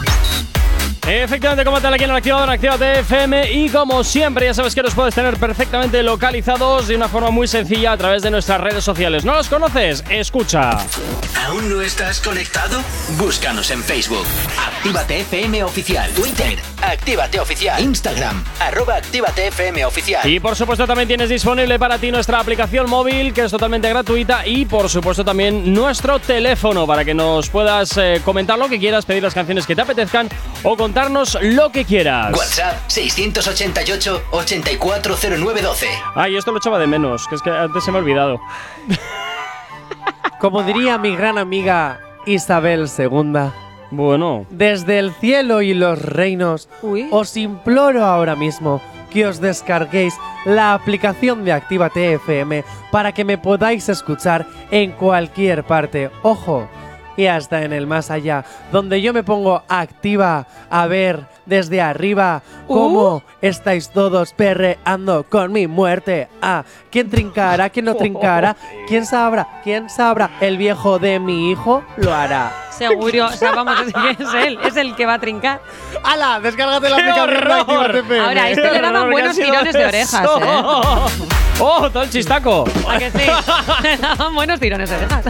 Efectivamente, como tal aquí en el activador, en Actívate FM y como siempre ya sabes que los puedes tener perfectamente localizados de una forma muy sencilla a través de nuestras redes sociales. ¿No los conoces? Escucha.
¿Aún no estás conectado? Búscanos en Facebook. Actívate FM Oficial. Twitter. Actívate Oficial. Instagram. Arroba Actívate FM Oficial.
Y por supuesto también tienes disponible para ti nuestra aplicación móvil que es totalmente gratuita y por supuesto también nuestro teléfono para que nos puedas eh, comentar lo que quieras, pedir las canciones que te apetezcan o contarnos lo que quieras.
WhatsApp 688 840912.
Ay, esto lo echaba de menos, que es que antes se me ha olvidado.
Como diría mi gran amiga Isabel II,
Bueno,
desde el cielo y los reinos,
Uy.
os imploro ahora mismo que os descarguéis la aplicación de Actívate FM para que me podáis escuchar en cualquier parte. Ojo, y hasta en el más allá, donde yo me pongo activa a ver desde arriba cómo estáis todos perreando con mi muerte. Ah, ¿quién trincará? ¿Quién no trincará? ¿Quién sabrá? ¿Quién sabrá? El viejo de mi hijo lo hará.
Seguro, o sea, vamos, es, que es él, es el que va a trincar.
¡Hala! Descárgate la
¡Qué
aplicación de
horror!
Actívate FM.
Ahora, este le daban
Porque ha
buenos
sido
tirones de
eso.
orejas, ¿eh?
¡Oh, todo el chistaco!
¿A que sí? Le daban buenos tirones de orejas.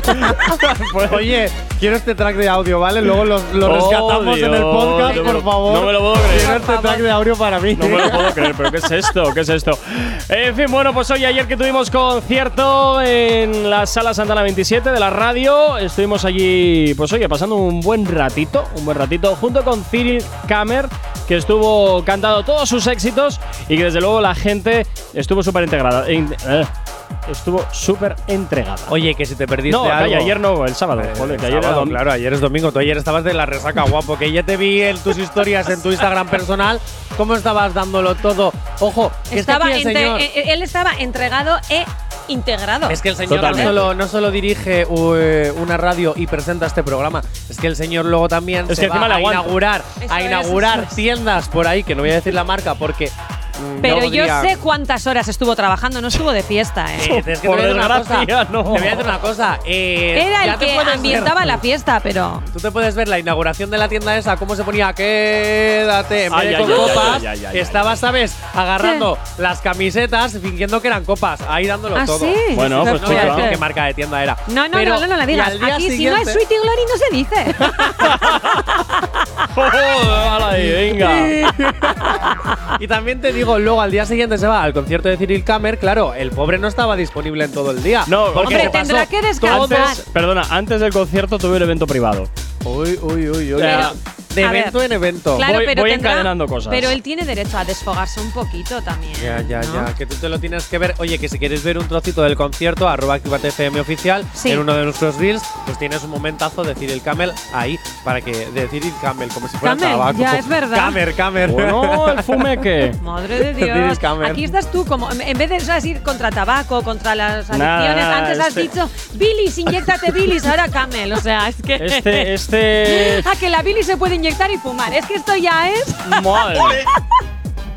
Oye, quiero este track de audio, ¿vale? Luego lo, lo
Oh,
rescatamos en el
Dios,
podcast,
no me
por
lo-
favor.
no me lo puedo creer.
Quiero este track de audio para mí.
No me lo puedo creer, pero ¿qué es esto? ¿Qué es esto? En fin, bueno, pues hoy ayer que tuvimos concierto en la sala Santana 27 de la radio, estuvimos allí, pues oye, pasando un buen ratito, un buen ratito, junto con Cyril Kammer, que estuvo cantando todos sus éxitos y que desde luego la gente estuvo súper integrada. en- eh, estuvo súper entregada.
Oye, que si te perdiste
No, calla, ayer no, el sábado. joder, que ayer era dom-
Eh, claro, ayer es domingo. Tú ayer estabas de la resaca, guapo. Que ya te vi en tus historias en tu Instagram personal cómo estabas dándolo todo. Ojo, que es
Estaba
que aquí el
inte-
señor…
eh, él estaba entregado e integrado.
Es que el señor no
Totalmente.
solo, no solo dirige eh, una radio y presenta este programa, es que el señor luego también
Es
se
que
va
encima le
a
aguanta.
inaugurar,
Eso
a
es,
inaugurar
eso es.
tiendas por ahí, que no voy a decir la marca porque. mm,
Pero
no
yo
podría-
sé cuántas horas estuvo trabajando, no estuvo de fiesta, ¿eh?
Eh, es que
Por
te voy a decir una
desgracia,
cosa,
no.
Te voy a decir una cosa. eh,
Era
ya
el
te
que
puedes
ambientaba
ver-
la fiesta, pero.
Tú te puedes ver la inauguración de la tienda esa, cómo se ponía quédate en vez
Ay,
de
ay,
con
ay,
copas.
ay, ay, ay, ay,
que Estaba, ¿sabes? Agarrando las camisetas fingiendo que eran copas, ahí dándolo
¿Ah,
todo.
sí?
Bueno, pues
no voy a
chica.
decir qué marca de tienda era.
No, no,
Pero-
no, no, no la
y
digas.
al día
Aquí, si no es
siguiente-
Sweetie Glory, no se dice.
Joder, hala ahí, venga!
Y también te digo, luego al día siguiente se va al concierto de Cyril Kammer. Claro, el pobre no estaba disponible en todo el día.
No,
porque
Hombre,
se pasó
tendrá que
todo-
descansar.
Antes, perdona, antes del concierto tuve un evento privado.
Uy, uy, uy, uy.
Pero-
de
a ver.
evento en evento.
Claro,
Voy-
pero
voy
tendrá-
encadenando cosas.
Pero él tiene derecho a desfogarse un poquito también.
Ya, ya,
¿no?
ya. Que tú te lo tienes que ver. Oye, que si quieres ver un trocito del concierto, arroba Actívate FM oficial,
Sí.
en uno de nuestros reels, pues tienes un momentazo de Cyril Camel ahí, para que. De Cyril Camel, como si fuera
Camel,
tabaco.
ya, es verdad.
Camer, Camer.
Bueno, el fumeque.
Madre de
Tienes
Dios.
cámara.
Aquí estás tú, como en vez de ¿sabes? ir contra tabaco, contra las adicciones,
Nada, nada,
antes has
este-
dicho bilis, inyéctate bilis, ahora camel. O sea, es que.
Este, este.
a que la bilis se puede inyectar y fumar. Es que esto ya es.
Madre.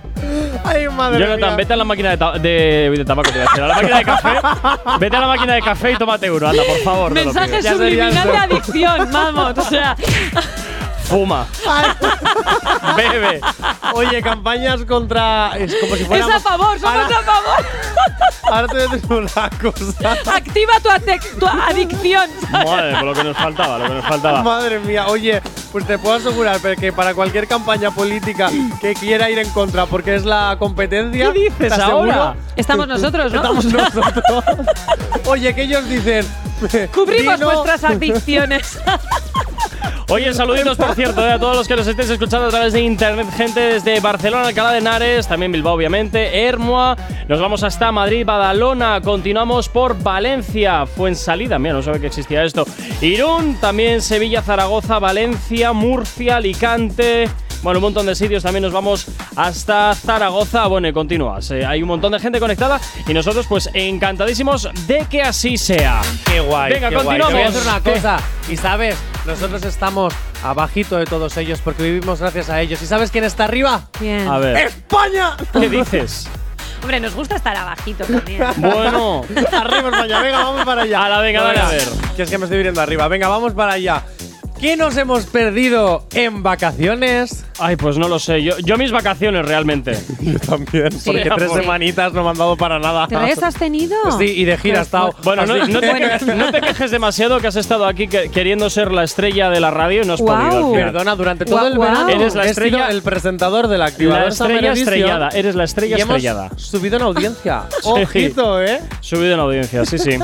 Ay, madre
Jonathan,
mía.
vete a la máquina de, ta- de, de tabaco, te iba a decir, a la máquina de café. Vete a la máquina de café y tómate uno, anda, por favor. te lo pido.
Mensaje
Ya sería
subliminal de
esto.
adicción, vamos. O sea.
Fuma. Bebe.
Oye, campañas contra. Es como si
Es
fuéramos.
a favor, somos
ahora,
a favor.
ahora te voy a decir una cosa.
Activa tu, ate- tu adicción.
Madre, por lo que nos faltaba, lo que nos faltaba.
Madre mía, oye, pues te puedo asegurar pero que para cualquier campaña política que quiera ir en contra, porque es la competencia.
¿Qué dices
te aseguro
ahora?
Estamos nosotros,
que
¿no?
Estamos nosotros. oye, que ellos dicen.
Cubrimos
Dino-
nuestras adicciones.
Oye, saluditos, por cierto, eh, a todos los que nos estéis escuchando a través de internet, gente desde Barcelona, Alcalá de Henares, también Bilbao, obviamente, Hermoa. Nos vamos hasta Madrid, Badalona. Continuamos por Valencia, Fuensalida. Mira, no sabe que existía esto. Irún, también Sevilla, Zaragoza, Valencia, Murcia, Alicante. Bueno, un montón de sitios. También nos vamos hasta Zaragoza. Bueno, y continúas. eh, hay un montón de gente conectada y nosotros, pues, encantadísimos de que así sea.
Qué guay.
Venga,
qué guay. Te voy a
continuamos.
hacer una
¿Qué?
cosa. Y sabes, nosotros estamos abajito de todos ellos porque vivimos gracias a ellos. ¿Y sabes quién está arriba?
Bien.
A ver,
¡España!
¿qué dices?
Hombre, nos gusta estar abajito también.
Bueno.
arriba, España. Venga, vamos para allá. Pues,
Ala, venga, dale, a ver.
Que es que me estoy viniendo arriba. Venga, vamos para allá. ¿Qué nos hemos perdido en vacaciones?
Ay, pues no lo sé. Yo, yo mis vacaciones realmente.
Yo también, porque tres
sí.
semanitas no me han dado para nada.
¿Tres has tenido?
pues
Sí, y de gira he estado.
Bueno, no,
Así
no te,
que-
que- no te quejes demasiado que has estado aquí que- queriendo ser la estrella de la radio y no has
Guau.
podido. al final.
Perdona, durante todo
Guau,
el
guau.
verano
Eres la
he sido
estrella-
el presentador del activador
La estrella
Summer Edition
estrellada. Eres la estrella
y hemos
estrellada.
subido en audiencia. Ojito, ¿eh?
Subido en audiencia, sí, sí.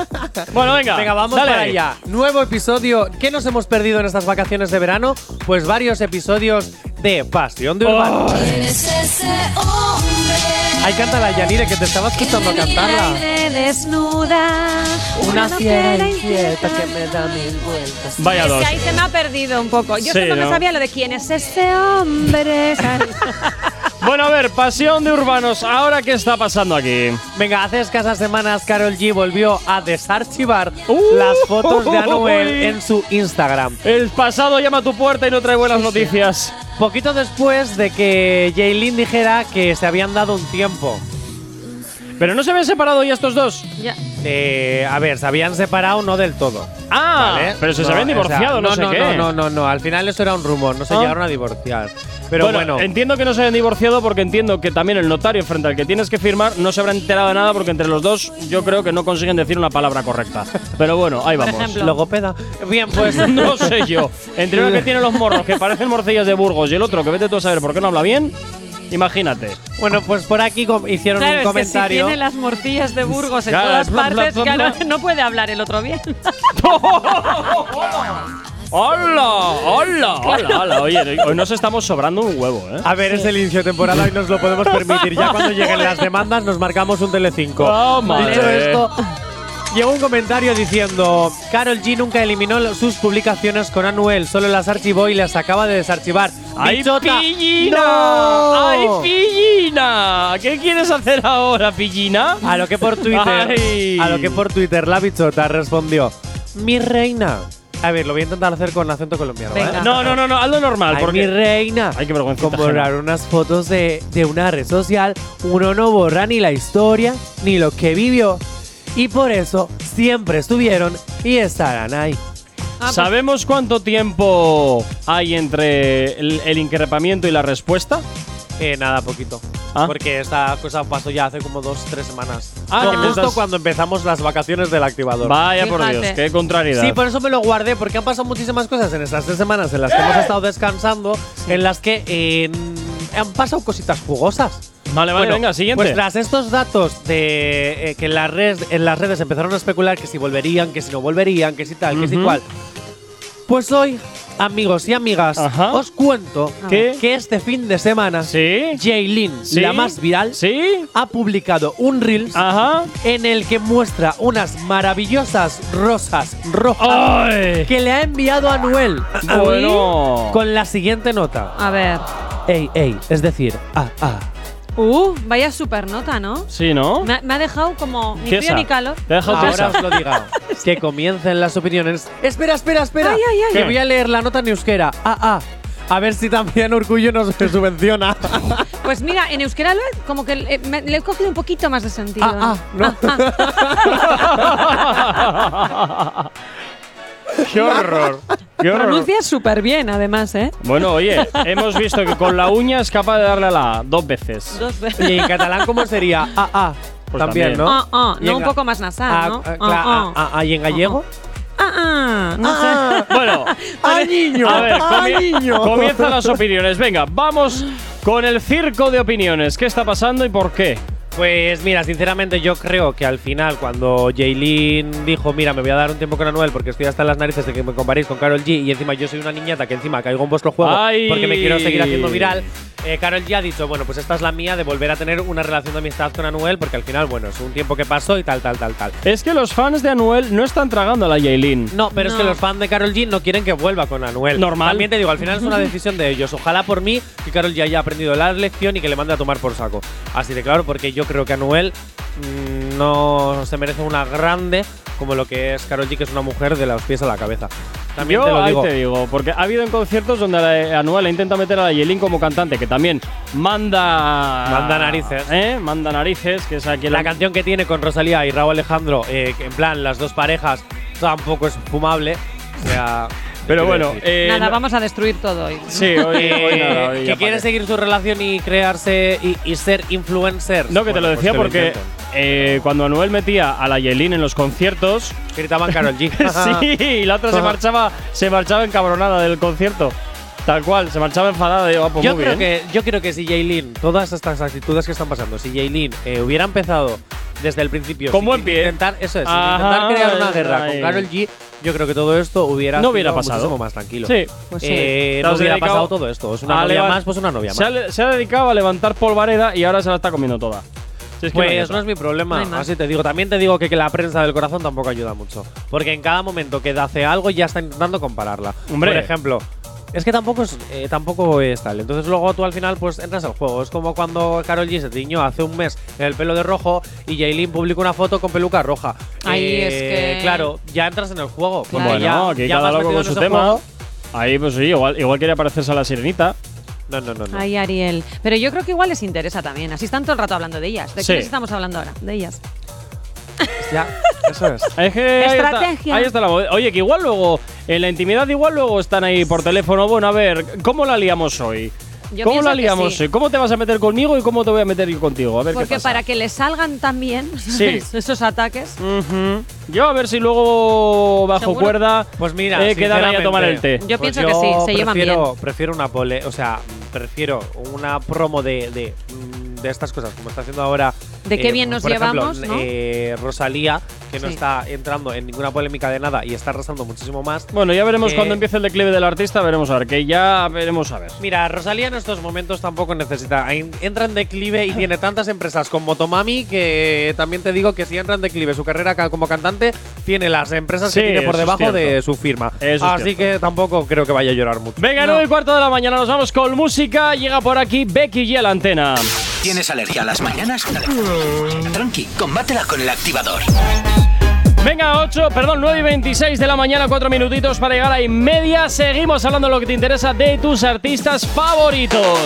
bueno, venga.
Venga, vamos
Ah, dale
para
ahí.
allá. Nuevo episodio. ¿Qué nos hemos perdido en estas vacaciones de verano? Pues varios episodios de Pasión de Urbano.
Oh.
Ay, cántala, Yanire, que te estaba escuchando cantarla.
desnuda.
da mil vueltas.
Vaya
Es
dos.
que ahí se me ha perdido un poco. Yo
Sí,
solo me
¿no?
sabía lo de quién es este hombre. ¿sabes?
Bueno, a ver, pasión de urbanos. Ahora, ¿qué está pasando aquí?
Venga, hace escasas semanas Carol G volvió a desarchivar
Uh,
las fotos de Anuel
uy.
en su Instagram.
El pasado llama a tu puerta y no trae buenas noticias.
Poquito después de que Jaylin dijera que se habían dado un tiempo.
Pero no se habían separado ya estos dos.
Ya.
Eh, a ver, se habían separado no del todo.
Ah,
¿vale?
pero se,
No,
habían
o sea,
divorciado, no, sé
no,
qué.
No, no, no, no. Al final eso era un rumor, no se
Ah.
llegaron a divorciar. Pero bueno,
entiendo que no se hayan divorciado porque entiendo que también el notario frente al que tienes que firmar no se habrá enterado de nada porque entre los dos yo creo que no consiguen decir una palabra correcta. Pero bueno, ahí vamos.
logopeda. Bien, pues
no sé yo. Entre uno que tiene los morros que parecen morcillas de Burgos y el otro que vete tú a saber por qué no habla bien, imagínate.
Bueno, pues por aquí com- hicieron
Claro,
un
es que si
comentario.
tiene las morcillas de Burgos en
Claro,
todas
bla, bla,
partes,
bla,
claro,
bla.
no puede hablar el otro bien.
¡Hola! ¡Hola! ¡Hola! ¡Hola! Oye, hoy nos estamos sobrando un huevo, ¿eh?
A ver, es el inicio de temporada y nos lo podemos permitir. Ya cuando lleguen las demandas nos marcamos un Telecinco.
Oh, madre.
Dicho esto, llegó un comentario diciendo Carol G nunca eliminó lo- sus publicaciones con Anuel, solo las archivó y las acaba de desarchivar.
¡Ay,
¡Bichota!
pillina!
¡No!
¡Ay, pillina! ¿Qué quieres hacer ahora, pillina?
A lo que por Twitter,
Ay.
a lo que por Twitter la bichota respondió, mi reina. A ver, lo voy a intentar hacer con acento colombiano. ¿vale?
Venga.
No, no, no, no, hazlo normal.
Ay, mi
porque
reina.
Ay, qué vergüenza
Como
ajena.
borrar unas fotos de, de una red social, uno no borra ni la historia ni lo que vivió. Y por eso siempre estuvieron y estarán ahí.
Ah, pues-
¿Sabemos cuánto tiempo hay entre el, el increpamiento y la respuesta?
Eh, nada, poquito.
Ah.
Porque esta cosa pasó ya hace como dos, tres semanas.
Ah,
Con
que
justo
estás-
cuando empezamos las vacaciones del activador.
Vaya
Fíjate.
por Dios, qué contrariedad.
Sí, pues, por eso me lo guardé, porque han pasado muchísimas cosas en estas tres semanas en las que hemos estado descansando, en las que eh, han pasado cositas jugosas.
Vale, vale,
Bueno,
venga, siguiente.
Pues tras estos datos de eh, que en las, redes, en las redes empezaron a especular que si volverían, que si no volverían, que si tal, que si
Ujú.
cual. Pues hoy, amigos y amigas,
Ajá.
os cuento
¿Qué?
que este fin de semana,
¿Sí?
Jaylin,
¿Sí?
la más viral,
¿Sí? Ah.
ha publicado un Reels
Ajá.
en el que muestra unas maravillosas rosas rojas
¡Ay!
que le ha enviado a Noel.
Oh. Ah, Bueno.
Con la siguiente nota.
A ver.
Ey, ey, es decir, ah, ah.
Uh, vaya super nota, ¿no?
Sí, ¿no?
Me, ha- me ha dejado como ni
Tiesa.
frío ni calor.
Te he dejado
Ahora
tiesa.
os lo digo. que comiencen las opiniones. Espera, espera, espera.
Ay, ay, ay.
Que
¿Qué?
voy a leer la nota en euskera. Ah, ah. A ver si también Orgullo nos subvenciona. ah,
Pues mira, en Euskera lo he- como que le, me- le he cogido un poquito más de sentido.
ah, no.
¡Qué horror! ¡Qué horror!
Pronuncia súper bien, además, ¿eh?
Bueno, oye, hemos visto que con la uña es capaz de darle a la A dos veces.
Dos
¿Y
veces.
en catalán cómo sería? Ah, ah.
Pues
también,
también.
¿no?
Ah, ah,
Y
no,
en
un
ga-
poco más nasal,
Ah,
¿no?
ah,
Ah,
cla-
ah.
ah, ah, ¿Y en gallego?
Ah, ah, no sé.
Bueno,
¡Ay, niño!
a ver,
¡Ay,
comie-
niño!
comienzan las opiniones. Venga, vamos con el circo de opiniones. ¿Qué está pasando y por qué?
Pues mira, sinceramente yo creo que al final cuando Jaylin dijo, mira, me voy a dar un tiempo con Anuel porque estoy hasta las narices de que me comparéis con Carol G y encima yo soy una niñata que encima caigo en vuestro juego
¡Ay!
porque me quiero seguir haciendo viral, Carol G ha dicho, bueno, pues esta es la mía de volver a tener una relación de amistad con Anuel porque al final, bueno, es un tiempo que pasó y tal, tal, tal, tal.
Es que los fans de Anuel no están tragando a la Yailin.
No, pero es que
No.
los fans de Carol G no quieren que vuelva con Anuel.
Normal.
También te digo, al final es una decisión de ellos. Ojalá por mí que Carol G haya aprendido la lección y que le mande a tomar por saco. Así de claro, porque yo creo que Anuel mm, no se merece una grande como lo que es Carol G, que es una mujer de los pies a la cabeza. También
Yo
te lo digo.
ahí te digo, porque ha habido en conciertos donde la- Anuel intenta meter a la Yailin como cantante, que también manda.
Manda narices.
¿Eh? Manda narices, que es aquí
la canción que tiene con Rosalía y Raúl Alejandro, eh, que en plan, las dos parejas, tampoco es fumable. O sea.
Pero
quiero
bueno,
decir.
eh,
Nada,
no-
vamos a destruir todo hoy.
Sí, hoy, hoy nada, hoy
Eh,
ya
que
pa'
quiere
qué.
seguir su relación y crearse y, y ser influencers.
No, que te
Bueno,
lo
pues
decía porque
intenten.
eh, cuando Anuel metía a la Yelin en los conciertos,
Gritaban Carol G.
sí, y la otra se marchaba, se marchaba encabronada del concierto. Tal cual, se marchaba enfadada de, pues
yo,
muy
creo
bien.
que, yo creo que si Jaylin, todas estas actitudes que están pasando, si Jaylin eh, hubiera empezado desde el principio.
Con
sin
buen pie.
Intentar, eso es, sin
Ajá,
intentar crear una guerra
ahí.
con Carol G, yo creo que todo esto hubiera
No hubiera
sido
pasado.
muchísimo más tranquilo.
Sí.
Pues sí.
Eh,
Te
no
has
hubiera
dedicado
pasado todo esto. Es
a
una novia
levan-
más, pues una novia
se,
más.
ha, se ha dedicado a levantar polvareda y ahora se la está comiendo toda. Si es que no hay
Pues
otra.
no es mi
No
problema,
hay más.
así te digo. También te digo que, que la prensa del corazón tampoco ayuda mucho. Porque en cada momento que hace algo ya está intentando compararla.
Hombre.
Por ejemplo, es que tampoco es, eh, tampoco es tal. Entonces luego tú al final pues entras al juego. Es como cuando Carol G se tiñó hace un mes en el pelo de rojo y Jaylin publicó una foto con peluca roja. Eh,
Ahí es que-
Claro, ya entras en el juego. porque
Bueno,
ya,
aquí
ya
cada
más
loco
metido
con
en
su
ese
tema.
juego-
Ahí, pues sí, igual, igual quería parecerse a la sirenita.
No, no, no. no.
Ay, Ariel. Pero yo creo que igual les interesa también. Así están todo el rato hablando de ellas. ¿De
Sí.
quiénes estamos hablando ahora? De ellas.
Ya, eso es.
Es que ahí está- Ahí está,
Estrategia.
la movida. Oye, que igual luego, en la intimidad, igual luego están ahí por teléfono. Bueno, a ver, ¿cómo la liamos hoy?
Yo
¿Cómo
pienso
la
que
liamos
sí.
hoy? ¿Cómo te vas a meter conmigo y cómo te voy a meter yo contigo? A ver qué
Porque
pasa.
para que les salgan también
Sí.
esos ataques.
Ujú. Yo a ver si luego bajo
¿Seguro?
cuerda.
Pues mira,
eh, quedan ahí a
sinceramente, pues
tomar el té.
Yo pienso que sí, se llevan
prefiero,
bien.
Prefiero una pole, o sea, prefiero una promo de, de, mm, de estas cosas, como está haciendo ahora. eh,
De qué bien nos
por ejemplo,
llevamos, ¿no?
eh, Rosalía, que no
Sí.
está entrando en ninguna polémica de nada y está arrasando muchísimo más.
Bueno, ya veremos
Eh,
cuando empiece el declive del artista, veremos a ver, que ya veremos a ver.
Mira, Rosalía en estos momentos tampoco necesita. en- Entra en declive y tiene tantas empresas con Motomami que también te digo que si entra en declive su carrera ca- como cantante, tiene las empresas
Sí,
que tiene por
eso es
debajo de
cierto.
su firma.
Eso es
Así
cierto.
que tampoco creo que vaya a llorar mucho.
Venga,
No.
9 y cuarto de la mañana, nos vamos con música. Llega por aquí Becky G a la antena.
¿Tienes alergia a las mañanas? Tranqui, combátela con el activador.
Venga, 8, perdón, 9 y 26 de la mañana, 4 minutitos para llegar a y media. Seguimos hablando de lo que te interesa de tus artistas favoritos.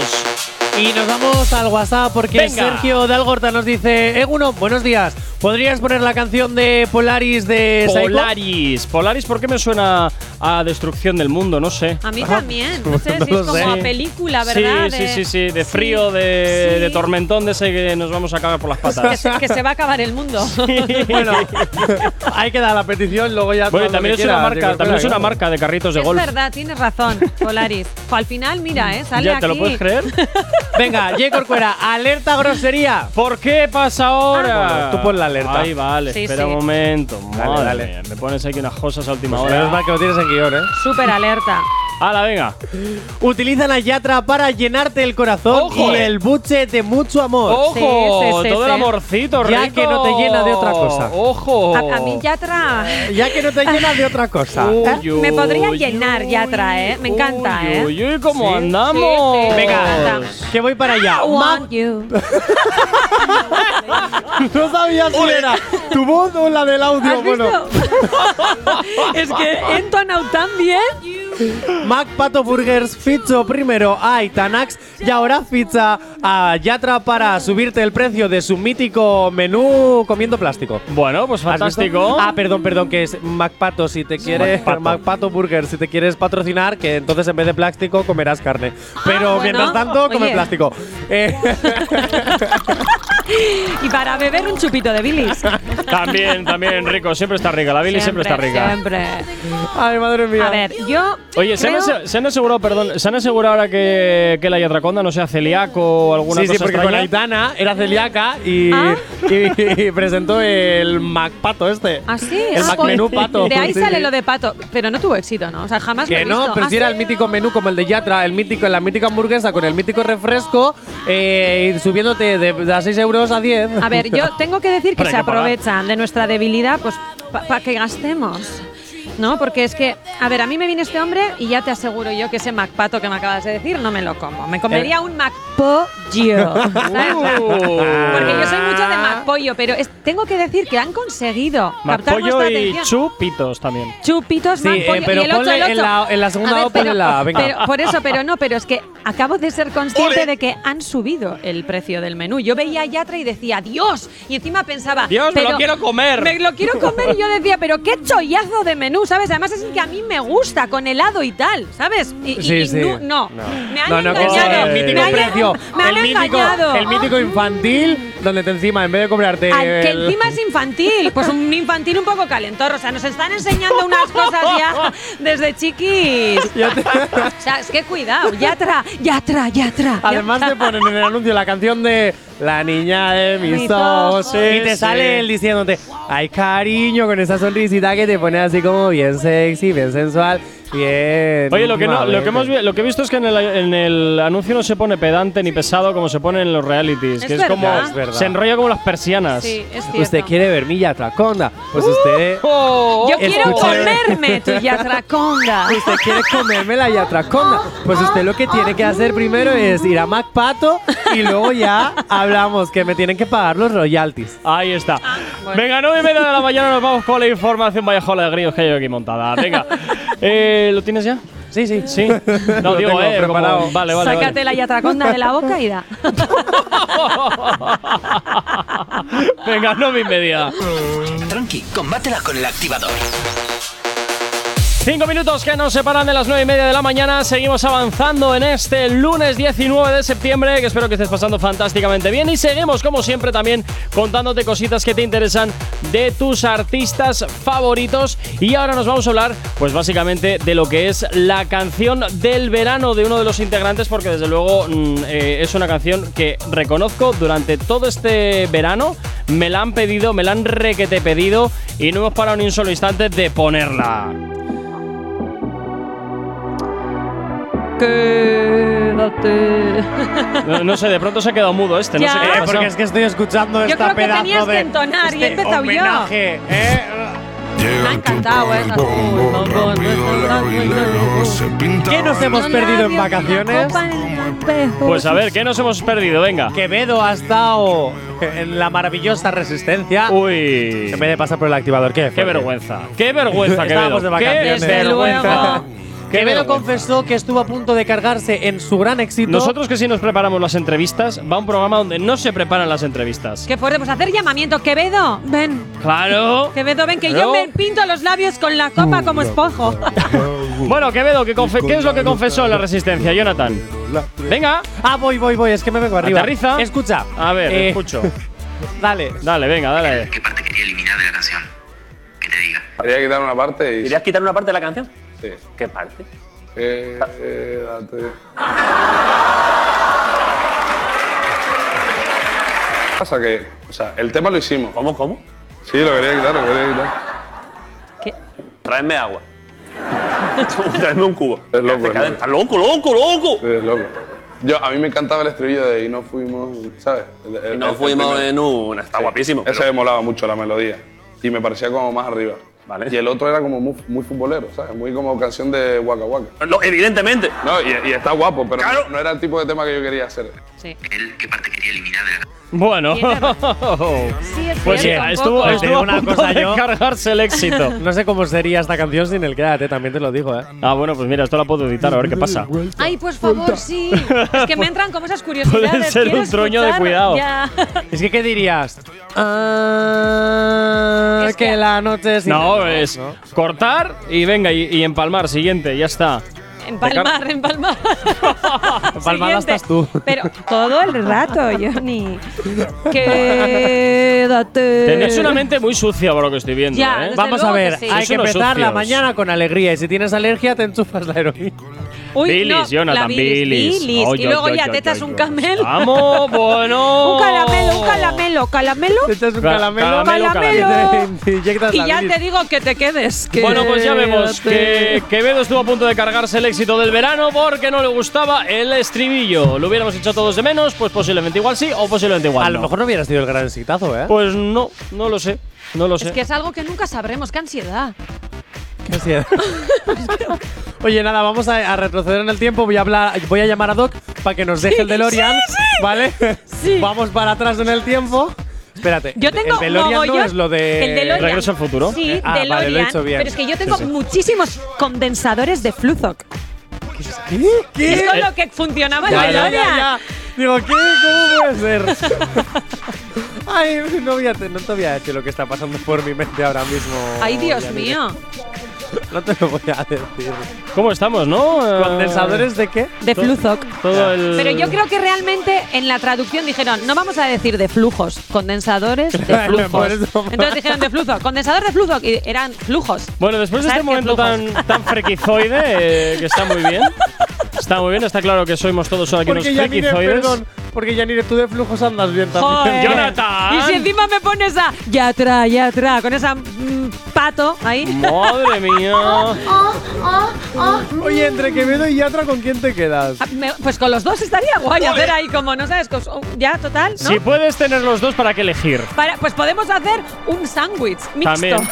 Y nos vamos al WhatsApp porque
Venga.
Sergio de Algorta nos dice, Eguno, buenos días. ¿Podrías poner la canción de Polaris de Saiko?"
Polaris. Polaris, ¿por qué me suena a destrucción del mundo? No sé.
A mí también. No sé
No
si es
lo
como
sé.
a película, Ah, ¿verdad?
Sí, sí,
De-
sí, sí, de frío, de,
Sí.
de tormentón, de ese que nos vamos a cagar por las
Que
patas.
se, que se va a acabar el mundo.
bueno, hay que dar la petición, luego ya...
Bueno,
todo
y
lo
también
que
es una
quieras,
marca,
Diego,
también es
espera,
una marca de carritos de
es
golf.
verdad, tienes razón, Polaris. Jo, al final, mira, ¿eh? sale
¿Ya te lo
aquí.
puedes creer?
Venga, J. Corcuera, alerta grosería.
¿Por qué pasa ahora?
Ah, bueno, tú pon la alerta.
Ay, vale,
Sí,
espera
sí.
un momento.
Dale,
Madre
dale. Pues
mía, me pones aquí unas cosas a última
Menos
hora.
mal que lo tienes en guión, ¿eh?
Súper alerta.
Hala, venga.
Utilizan a Yatra para llenarte el corazón
¡Ojo,
y
eh!
el buche de mucho amor.
¡Ojo!
sí, sí,
todo el
sí.
amorcito,
Ya
rico.
que no te llena de otra cosa.
¡Ojo!
A, a mí Yatra
Ya que no te llena de otra cosa. ¿eh?
Uy,
me podría
uy,
llenar
uy,
Yatra, ¿eh? Me encanta,
uy,
¿eh?
Uy, uy, cómo
Sí.
andamos.
Sí, sí.
Venga,
Anda.
que voy para allá.
I
Ma-
want you.
No sabía si era tu voz o la del audio.
¿Has visto? es que he entonado tan bien.
Mac Pato Burgers fichó primero a Itanax y ahora ficha a Yatra para subirte el precio de su mítico menú comiendo plástico.
Bueno, pues
¿Has visto?
fantástico.
Ah, perdón, perdón, que es MacPato si te quieres.
Mac Pato.
MacPato Burger, si te quieres patrocinar, que entonces en vez de plástico comerás carne. Pero
Ah, bueno.
mientras tanto, come
Oye.
plástico. Eh,
Y para beber un chupito de bilis.
También, también rico. Siempre está rica. La Billy siempre, está rica.
Siempre.
Ay, madre mía.
A ver, yo.
Oye, ¿se han,
creo-
ase- se han asegurado, perdón, se han asegurado ahora que, que la yatraconda no sea celíaco o alguna
Sí, sí,
cosa
porque con
extraña?
Aitana era celíaca y,
Ah.
y- y presentó el MacPato este.
¿Ah, sí?
El
Ah,
Mac
pues,
Menú Pato.
De ahí
Sí,
sale
sí.
lo de pato. Pero no tuvo éxito, ¿no? O sea, jamás lo
Que
he
no,
visto.
pero
¿Ah,
si era el mítico menú como el de Yatra, el mítico, la mítica hamburguesa con el mítico refresco, eh, y subiéndote de, de a 6 euros a 10.
A ver, yo tengo que decir que
Pero hay
se
que pagar.
aprovechan de nuestra debilidad pues para que gastemos. ¿No? Porque es que, a ver, a mí me viene este hombre y ya te aseguro yo que ese MacPato que me acabas de decir no me lo como. Me comería un MacPollo. ¿sabes? Porque yo soy mucho
Uh.
de MacPollo, pero es- tengo que decir que han conseguido captar
Macpollo
nuestra
y
atención.
chupitos también.
Chupitos,
Sí,
MacPollo
eh, pero
y el 8,
ponle
el 8.
en la- en la segunda
A
O, ponle
pero-
la- venga.
pero- por eso, pero no, pero es que acabo de ser consciente de que han subido el precio del menú. Yo veía a Yatra y decía, Dios, y encima pensaba,
Dios, me
pero
lo quiero comer.
Me lo quiero comer y yo decía, pero qué chollazo de menú, ¿sabes? Además es el que a mí me gusta, con helado y tal, ¿sabes? Y, y-
Sí,
y
sí.
nu- no, me han
No, no, que sea
engañado.
el mítico
me han,
precio.
me han
el, mítico,
engañado.
el mítico infantil, donde te encima, en vez de comprarte.
Al que
el-
encima es infantil, pues un infantil un poco calentorro. O sea, nos están enseñando unas cosas ya desde chiquis. O sea, es que cuidado, yatra, yatra, yatra.
Además te ponen en el anuncio la canción de La niña de mis
Mis
ojos.
ojos.
Y te
Sí, sí.
sale él diciéndote, ay cariño, con esa sonrisita que te pone así como bien sexy, bien sensual, bien.
Oye, lo que, no, lo,
mamete".
que hemos, vi- lo que he visto es que en el, en el anuncio no se pone pedante ni pesado como se pone en los realities.
Es
que es
verdad.
como.
Es
verdad.
Se enrolla como las persianas.
Sí, es cierto.
Usted quiere ver mi yatraconda. Pues usted.
Yo quiero
Escucha.
comerme tu yatraconda.
Pues Usted quiere comerme la yatraconda. Pues usted lo que tiene que hacer primero es ir a MacPato y luego ya hablamos que me tienen que pagar los royalties.
Ahí está.
bueno.
Venga, 9 y media de la mañana nos vamos con la información. Vaya jola de grillos que hay aquí montada. Venga. Eh, ¿Lo tienes ya?
Sí, sí.
Sí. No,
Lo
digo,
tengo
eh, como-
preparado.
vale, vale.
Sácate
vale.
la yatraconda de la boca y da.
Venga, 9 y media.
Tranqui, combátela con el activador.
Cinco minutos que nos separan de las nueve y media de la mañana. Seguimos avanzando en este lunes 19 de septiembre, que espero que estés pasando fantásticamente bien. Y seguimos, como siempre, también contándote cositas que te interesan de tus artistas favoritos. Y ahora nos vamos a hablar, pues básicamente, de lo que es la canción del verano de uno de los integrantes, porque desde luego mm, eh, es una canción que reconozco durante todo este verano. Me la han pedido, me la han requete pedido y no hemos parado ni un solo instante de ponerla.
Quédate.
No, no sé, de pronto se ha quedado mudo este, no
Ya.
sé qué
Eh,
le ha
Eh, porque
pasado.
es que estoy escuchando
Yo
esta
creo que
pedazo
tenías que
de-
entonar y he
este
empezado yo.
homenaje, ¿eh?
Me ha encantado eh, esa.
¿Qué nos hemos perdido en vacaciones?
Pues a ver, ¿qué nos hemos perdido? Venga.
Quevedo ha estado en la maravillosa resistencia.
Uy.
En vez de pasar por el activador, ¿qué?
Qué vergüenza. Qué vergüenza, Quevedo.
Estábamos de vacaciones.
Qué
Desde
vergüenza.
luego.
Qué
Quevedo
vergüenza.
confesó que estuvo a punto de cargarse en su gran éxito.
Nosotros que sí nos preparamos las entrevistas, va un programa donde no se preparan las entrevistas.
¿Qué podemos hacer llamamiento? Quevedo, ven.
Claro.
Quevedo, ven que
Claro.
yo me pinto los labios con la copa como espojo.
Bueno, Quevedo, ¿qué, confe- ¿qué es lo que confesó en la resistencia, Jonathan? Venga.
Ah, voy, voy, voy, es que me vengo arriba.
Aterriza.
Escucha.
A ver,
Eh,
escucho.
Dale.
Dale, venga, dale.
¿Qué parte quería eliminar de la canción? Que te diga.
Habría que dar una parte y.
¿Querías quitar una parte de la canción?
Sí.
¿Qué parte?
Eh, eh, date. pasa que, o sea, el tema lo hicimos.
¿Cómo, cómo?
Sí, lo quería quitar, lo quería quitar.
Traedme agua. Traedme un cubo.
Es loco, es loco.
¡Está loco, loco, loco!
Sí, es loco. Yo, a mí me encantaba el estribillo de Y no fuimos, ¿sabes? El- el-
Y
el-
nos
el
fuimos
primero.
en una. Está guapísimo. pero-
Ese me molaba mucho la melodía. Y me parecía como más arriba.
Vale.
Y el otro era como muy, muy futbolero, ¿sabes? Muy como canción de Waka Waka.
No, evidentemente.
No, y, y está guapo, pero
Claro.
no, no era el tipo de tema que yo quería hacer.
Sí.
Él, ¿qué parte quería eliminar de la
Bueno.
Tiene razón.
canción?
es
Pues
cierto,
sí,
un
estuvo-
poco.
Te digo una
punto
cosa
de
yo.
cargarse el éxito.
No sé cómo sería esta canción sin el quédate, también te lo digo, ¿eh?
Ah, bueno, pues mira, esto la puedo editar, a ver qué pasa.
Ay, pues favor, sí. Es que me entran como esas curiosidades.
Puede ser
quiero
un troño de
escuchar
cuidado.
ya.
Es que, ¿qué dirías? Ah, que, la noche es.
No, es cortar y venga, y, y empalmar, siguiente, ya está.
Empalmar, empalmar.
Empalmada
Siguiente.
estás tú.
Pero todo el rato, Johnny. Quédate.
Tenéis una mente muy sucia por lo que estoy viendo,
Eh. Ya,
¿eh?
desde
Vamos a
luego que
ver,
sí.
hay
Sois
que
unos
empezar la
sucios.
mañana con alegría y si tienes alergia te enchufas la heroína.
Uy,
Bilis,
no,
Jonathan,
la bilis.
bilis.
bilis.
Ay,
y
ay,
luego
ay,
ya
ay,
te echas
ay,
un
ay.
camelo.
Vamos, bueno.
Un caramelo, un caramelo, caramelo.
Te echas un
Ca-
calamelo,
caramelo,
caramelo.
Te inyectas
Y
la
ya
bilis.
te digo que te quedes. que-
Bueno, pues ya vemos que Quevedo estuvo a punto de cargarse el éxito del verano porque no le gustaba el estribillo. ¿Lo hubiéramos hecho todos de menos? Pues posiblemente igual sí o posiblemente igual
A lo
no.
mejor no hubieras sido el gran exitazo, ¿eh?
Pues no, no lo sé, no lo sé.
Es que es algo que nunca sabremos. Qué ansiedad.
Qué ansiedad. Oye, nada, vamos a, a retroceder en el tiempo. Voy a hablar, voy a llamar a Doc para que nos deje el DeLorean, ¿vale? vamos para atrás en el tiempo. Espérate.
Yo tengo
el DeLorean no
mogollón-
es lo de
el DeLorean.
Regreso al futuro.
Sí,
Ah, vale,
DeLorean.
lo he hecho bien.
Pero es que yo tengo
Sí, sí.
muchísimos condensadores de Fluzoc.
¿Qué?
Es
¿Qué? Eh,
con lo que funcionaba el
Ya, ya,
DeLorean.
ya, ya. Digo, ¿qué? ¿Cómo puede ser? Ay, no, voy a te- no te voy a decir lo que está pasando por mi mente ahora mismo.
Ay, Dios
Yanire.
mío.
No te lo voy a decir.
¿Cómo estamos, no? Eh,
¿Condensadores de qué?
De Fluzoc.
Mm.
Todo el.
Pero yo creo que realmente en la traducción dijeron, no vamos a decir de flujos, condensadores de
Claro,
flujos.
por eso.
Entonces dijeron de flujo, condensador de flujo, y eran flujos.
Bueno, después de este
¿Sabes qué
momento tan,
flujos?
tan frequizoide, eh, que está muy bien. Está muy bien, está claro que somos todos aquí unos
Porque Yanire,
frequizoides.
perdón. Porque Yanire, tú de flujos andas bien también.
Joder.
Jonathan.
Y si encima me pones a ya atrás, ya atrás, con esa mm, pato ahí.
Madre mía.
Oye, entre Quevedo y Yatra, ¿con quién te quedas?
Ah, me- Pues con los dos estaría guay hacer ahí como, no sabes, cos- ya total, ¿no?
Si puedes tener los dos, ¿para qué elegir?
Para- pues podemos hacer un sándwich mixto.
También.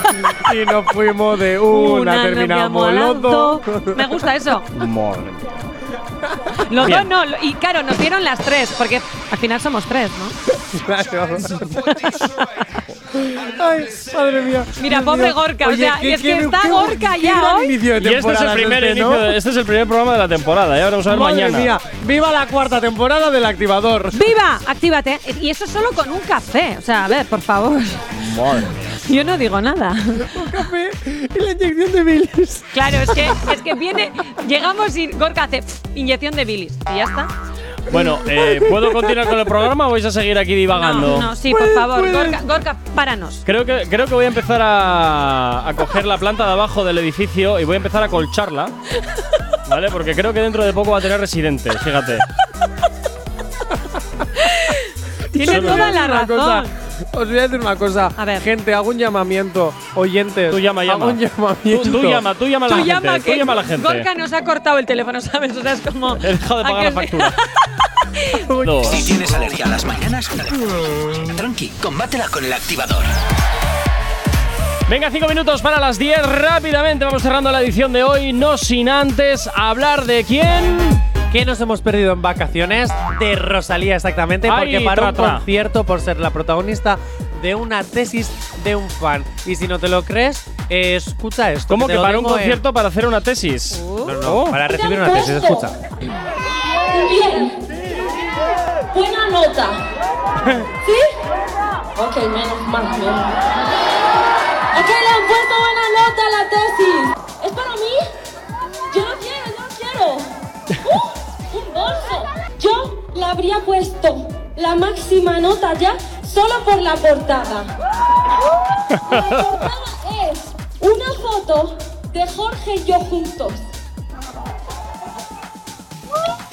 y nos fuimos de una,
Una
terminamos
novia
los dos.
molando. Me gusta eso.
Madre mía.
Los
Bien.
dos no. lo- Y claro, nos dieron las tres, porque al final somos tres, ¿no?
Claro. Ay, madre mía.
Mira,
Dios
pobre
mío.
Gorka, o sea, es que está
qué-
Gorka
qué
ya
gran
hoy.
inicio de
Y este es el
temporada
primer
este, ¿no?
inicio de- este es el primer programa de la temporada. Ya veremos a ver
Madre
mañana.
mía, viva la cuarta temporada del activador.
¡Viva! Actívate. Y eso solo con un café. O sea, a ver, por favor. Yo no digo nada.
Café y la inyección de bilis.
Claro, es que, es que viene. Llegamos y Gorka hace pf, inyección de bilis. Y ya está.
Bueno, eh, ¿puedo continuar con el programa o vais a seguir aquí divagando?
No, no, sí,
Pues,
por favor.
puedes.
Gorka, Gorka, páranos.
Creo que, creo que voy a empezar a, a coger la planta de abajo del edificio y voy a empezar a colcharla. ¿Vale? Porque creo que dentro de poco va a tener residentes, fíjate.
Tiene
Solo
toda
yo.
la
Una cosa,
razón.
Os voy a decir una cosa.
A ver.
Gente, hago un llamamiento. Oyentes.
Tú llama, llama.
Hago un
Tú,
llamamiento.
tú llama, tú llama a la
Tú
gente.
llama,
tú
que
llama a la gente.
Gorka nos ha cortado el teléfono, ¿sabes? O sea, es como.
He dejado de
¿a
pagar
que
la
sí?
factura. Dos.
Si tienes alergia a las mañanas, tranqui, combátela con el activador.
Venga, cinco minutos para las 10. Rápidamente vamos cerrando la edición de hoy. No sin antes hablar de quién.
¿Qué nos hemos perdido en vacaciones? De Rosalía, exactamente,
Ay,
porque paró un
tra, tra.
concierto por ser la protagonista de una tesis de un fan. Y si no te lo crees, eh, escucha esto.
¿Cómo
te
que
lo
para un
tengo en-
concierto para hacer una tesis?
No, no,
Oh.
para recibir una tesis, escucha.
Bien. Buena nota. ¿Sí? Ok, menos mal. menos mal. Ok, le han puesto buena nota a la tesis. ¿Es para mí? Yo no quiero, yo no quiero. ¡Uh! un bolso. Yo le habría puesto la máxima nota ya solo por la portada. La portada es una foto de Jorge y yo juntos.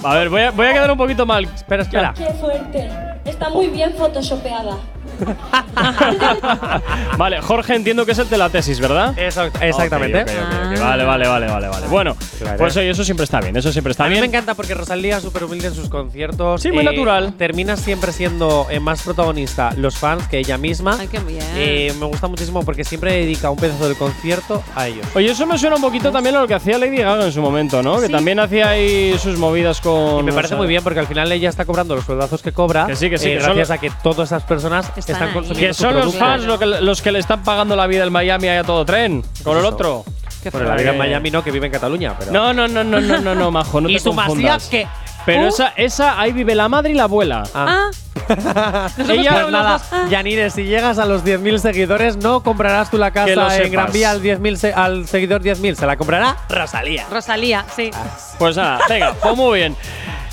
A ver, voy a, voy a quedar un poquito mal. Espera, espera.
Qué fuerte. Está muy bien photoshopeada.
vale, Jorge, entiendo que es el de la tesis, ¿verdad?
Eso, exactamente.
Ok, ok, ok, ok. Vale, vale, vale, vale, vale. Bueno, Pues oye, eso siempre está bien, eso siempre está
Ah. a mí
bien.
me encanta porque Rosalía es súper humilde en sus conciertos. Eh,
Sí, muy natural.
Termina siempre siendo eh, más protagonista los fans que ella misma.
Ay, qué bien.
Eh, me gusta muchísimo porque siempre dedica un pedazo del concierto a ellos.
Oye, eso me suena un poquito también a lo que hacía Lady Gaga en su momento, ¿no? Que
Sí.
también hacía ahí sus movidas con.
Y me parece
Rosalía.
muy bien porque al final ella está cobrando los sueldazos que cobra. eh,
Que sí, que sí, que son
gracias
los-
a que todas esas personas están,
ahí.
consumiendo
Que
su
son los
producto.
fans lo que- los que le están pagando la vida en Miami ahí a todo tren. Con el
Eso.
otro.
Bueno, la vida en Miami no, que vive en Cataluña. Pero
No, no, no, no, no, no, no, majo, no
¿Y
te
su
confundas.
masía qué?
Pero
¿Uh?
esa, esa, ahí vive la madre y la abuela.
Ah.
Ella-
pues nada, Yanire, si llegas a los 10.000 seguidores, no comprarás tú la
Que lo
casa
sepas.
en Gran Vía al, 10.000 se- al seguidor 10.000. Se la comprará Rosalía.
Rosalía, sí.
Pues nada, venga, pues muy bien.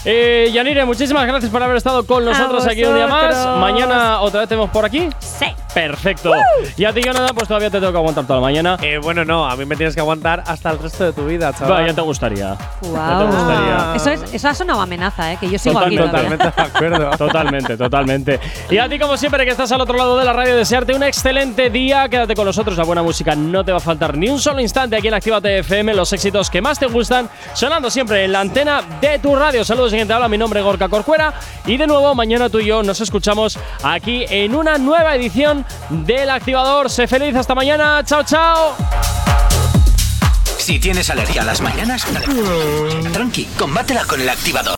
Eh, Yanire, muchísimas gracias por haber estado con
A
nosotros aquí un día más.
vosotros.
Mañana otra vez te vemos por aquí.
Sí.
Perfecto. Y a ti, Jonathan, pues todavía te tengo que aguantar toda la mañana.
Eh, bueno, no, a mí me tienes que aguantar hasta el resto de tu vida, chaval.
Va, ya te gustaría. Ya te
Guau.
gustaría.
Eso, es, eso ha sonado amenaza, ¿eh? que yo sigo
Total-
aquí todavía.
de acuerdo. Totalmente, totalmente. Y a ti, como siempre, que estás al otro lado de la radio, desearte un excelente día. Quédate con nosotros, la buena música no te va a faltar ni un solo instante aquí en Actívate FM. Los éxitos que más te gustan sonando siempre en la antena de tu radio. Saludos, gente. Habla mi nombre, es Gorka Corcuera. Y de nuevo, mañana tú y yo nos escuchamos aquí en una nueva edición del Activador. Sé feliz, hasta mañana. Chao, chao.
Si tienes alergia a las mañanas, tranqui, combátela con el activador.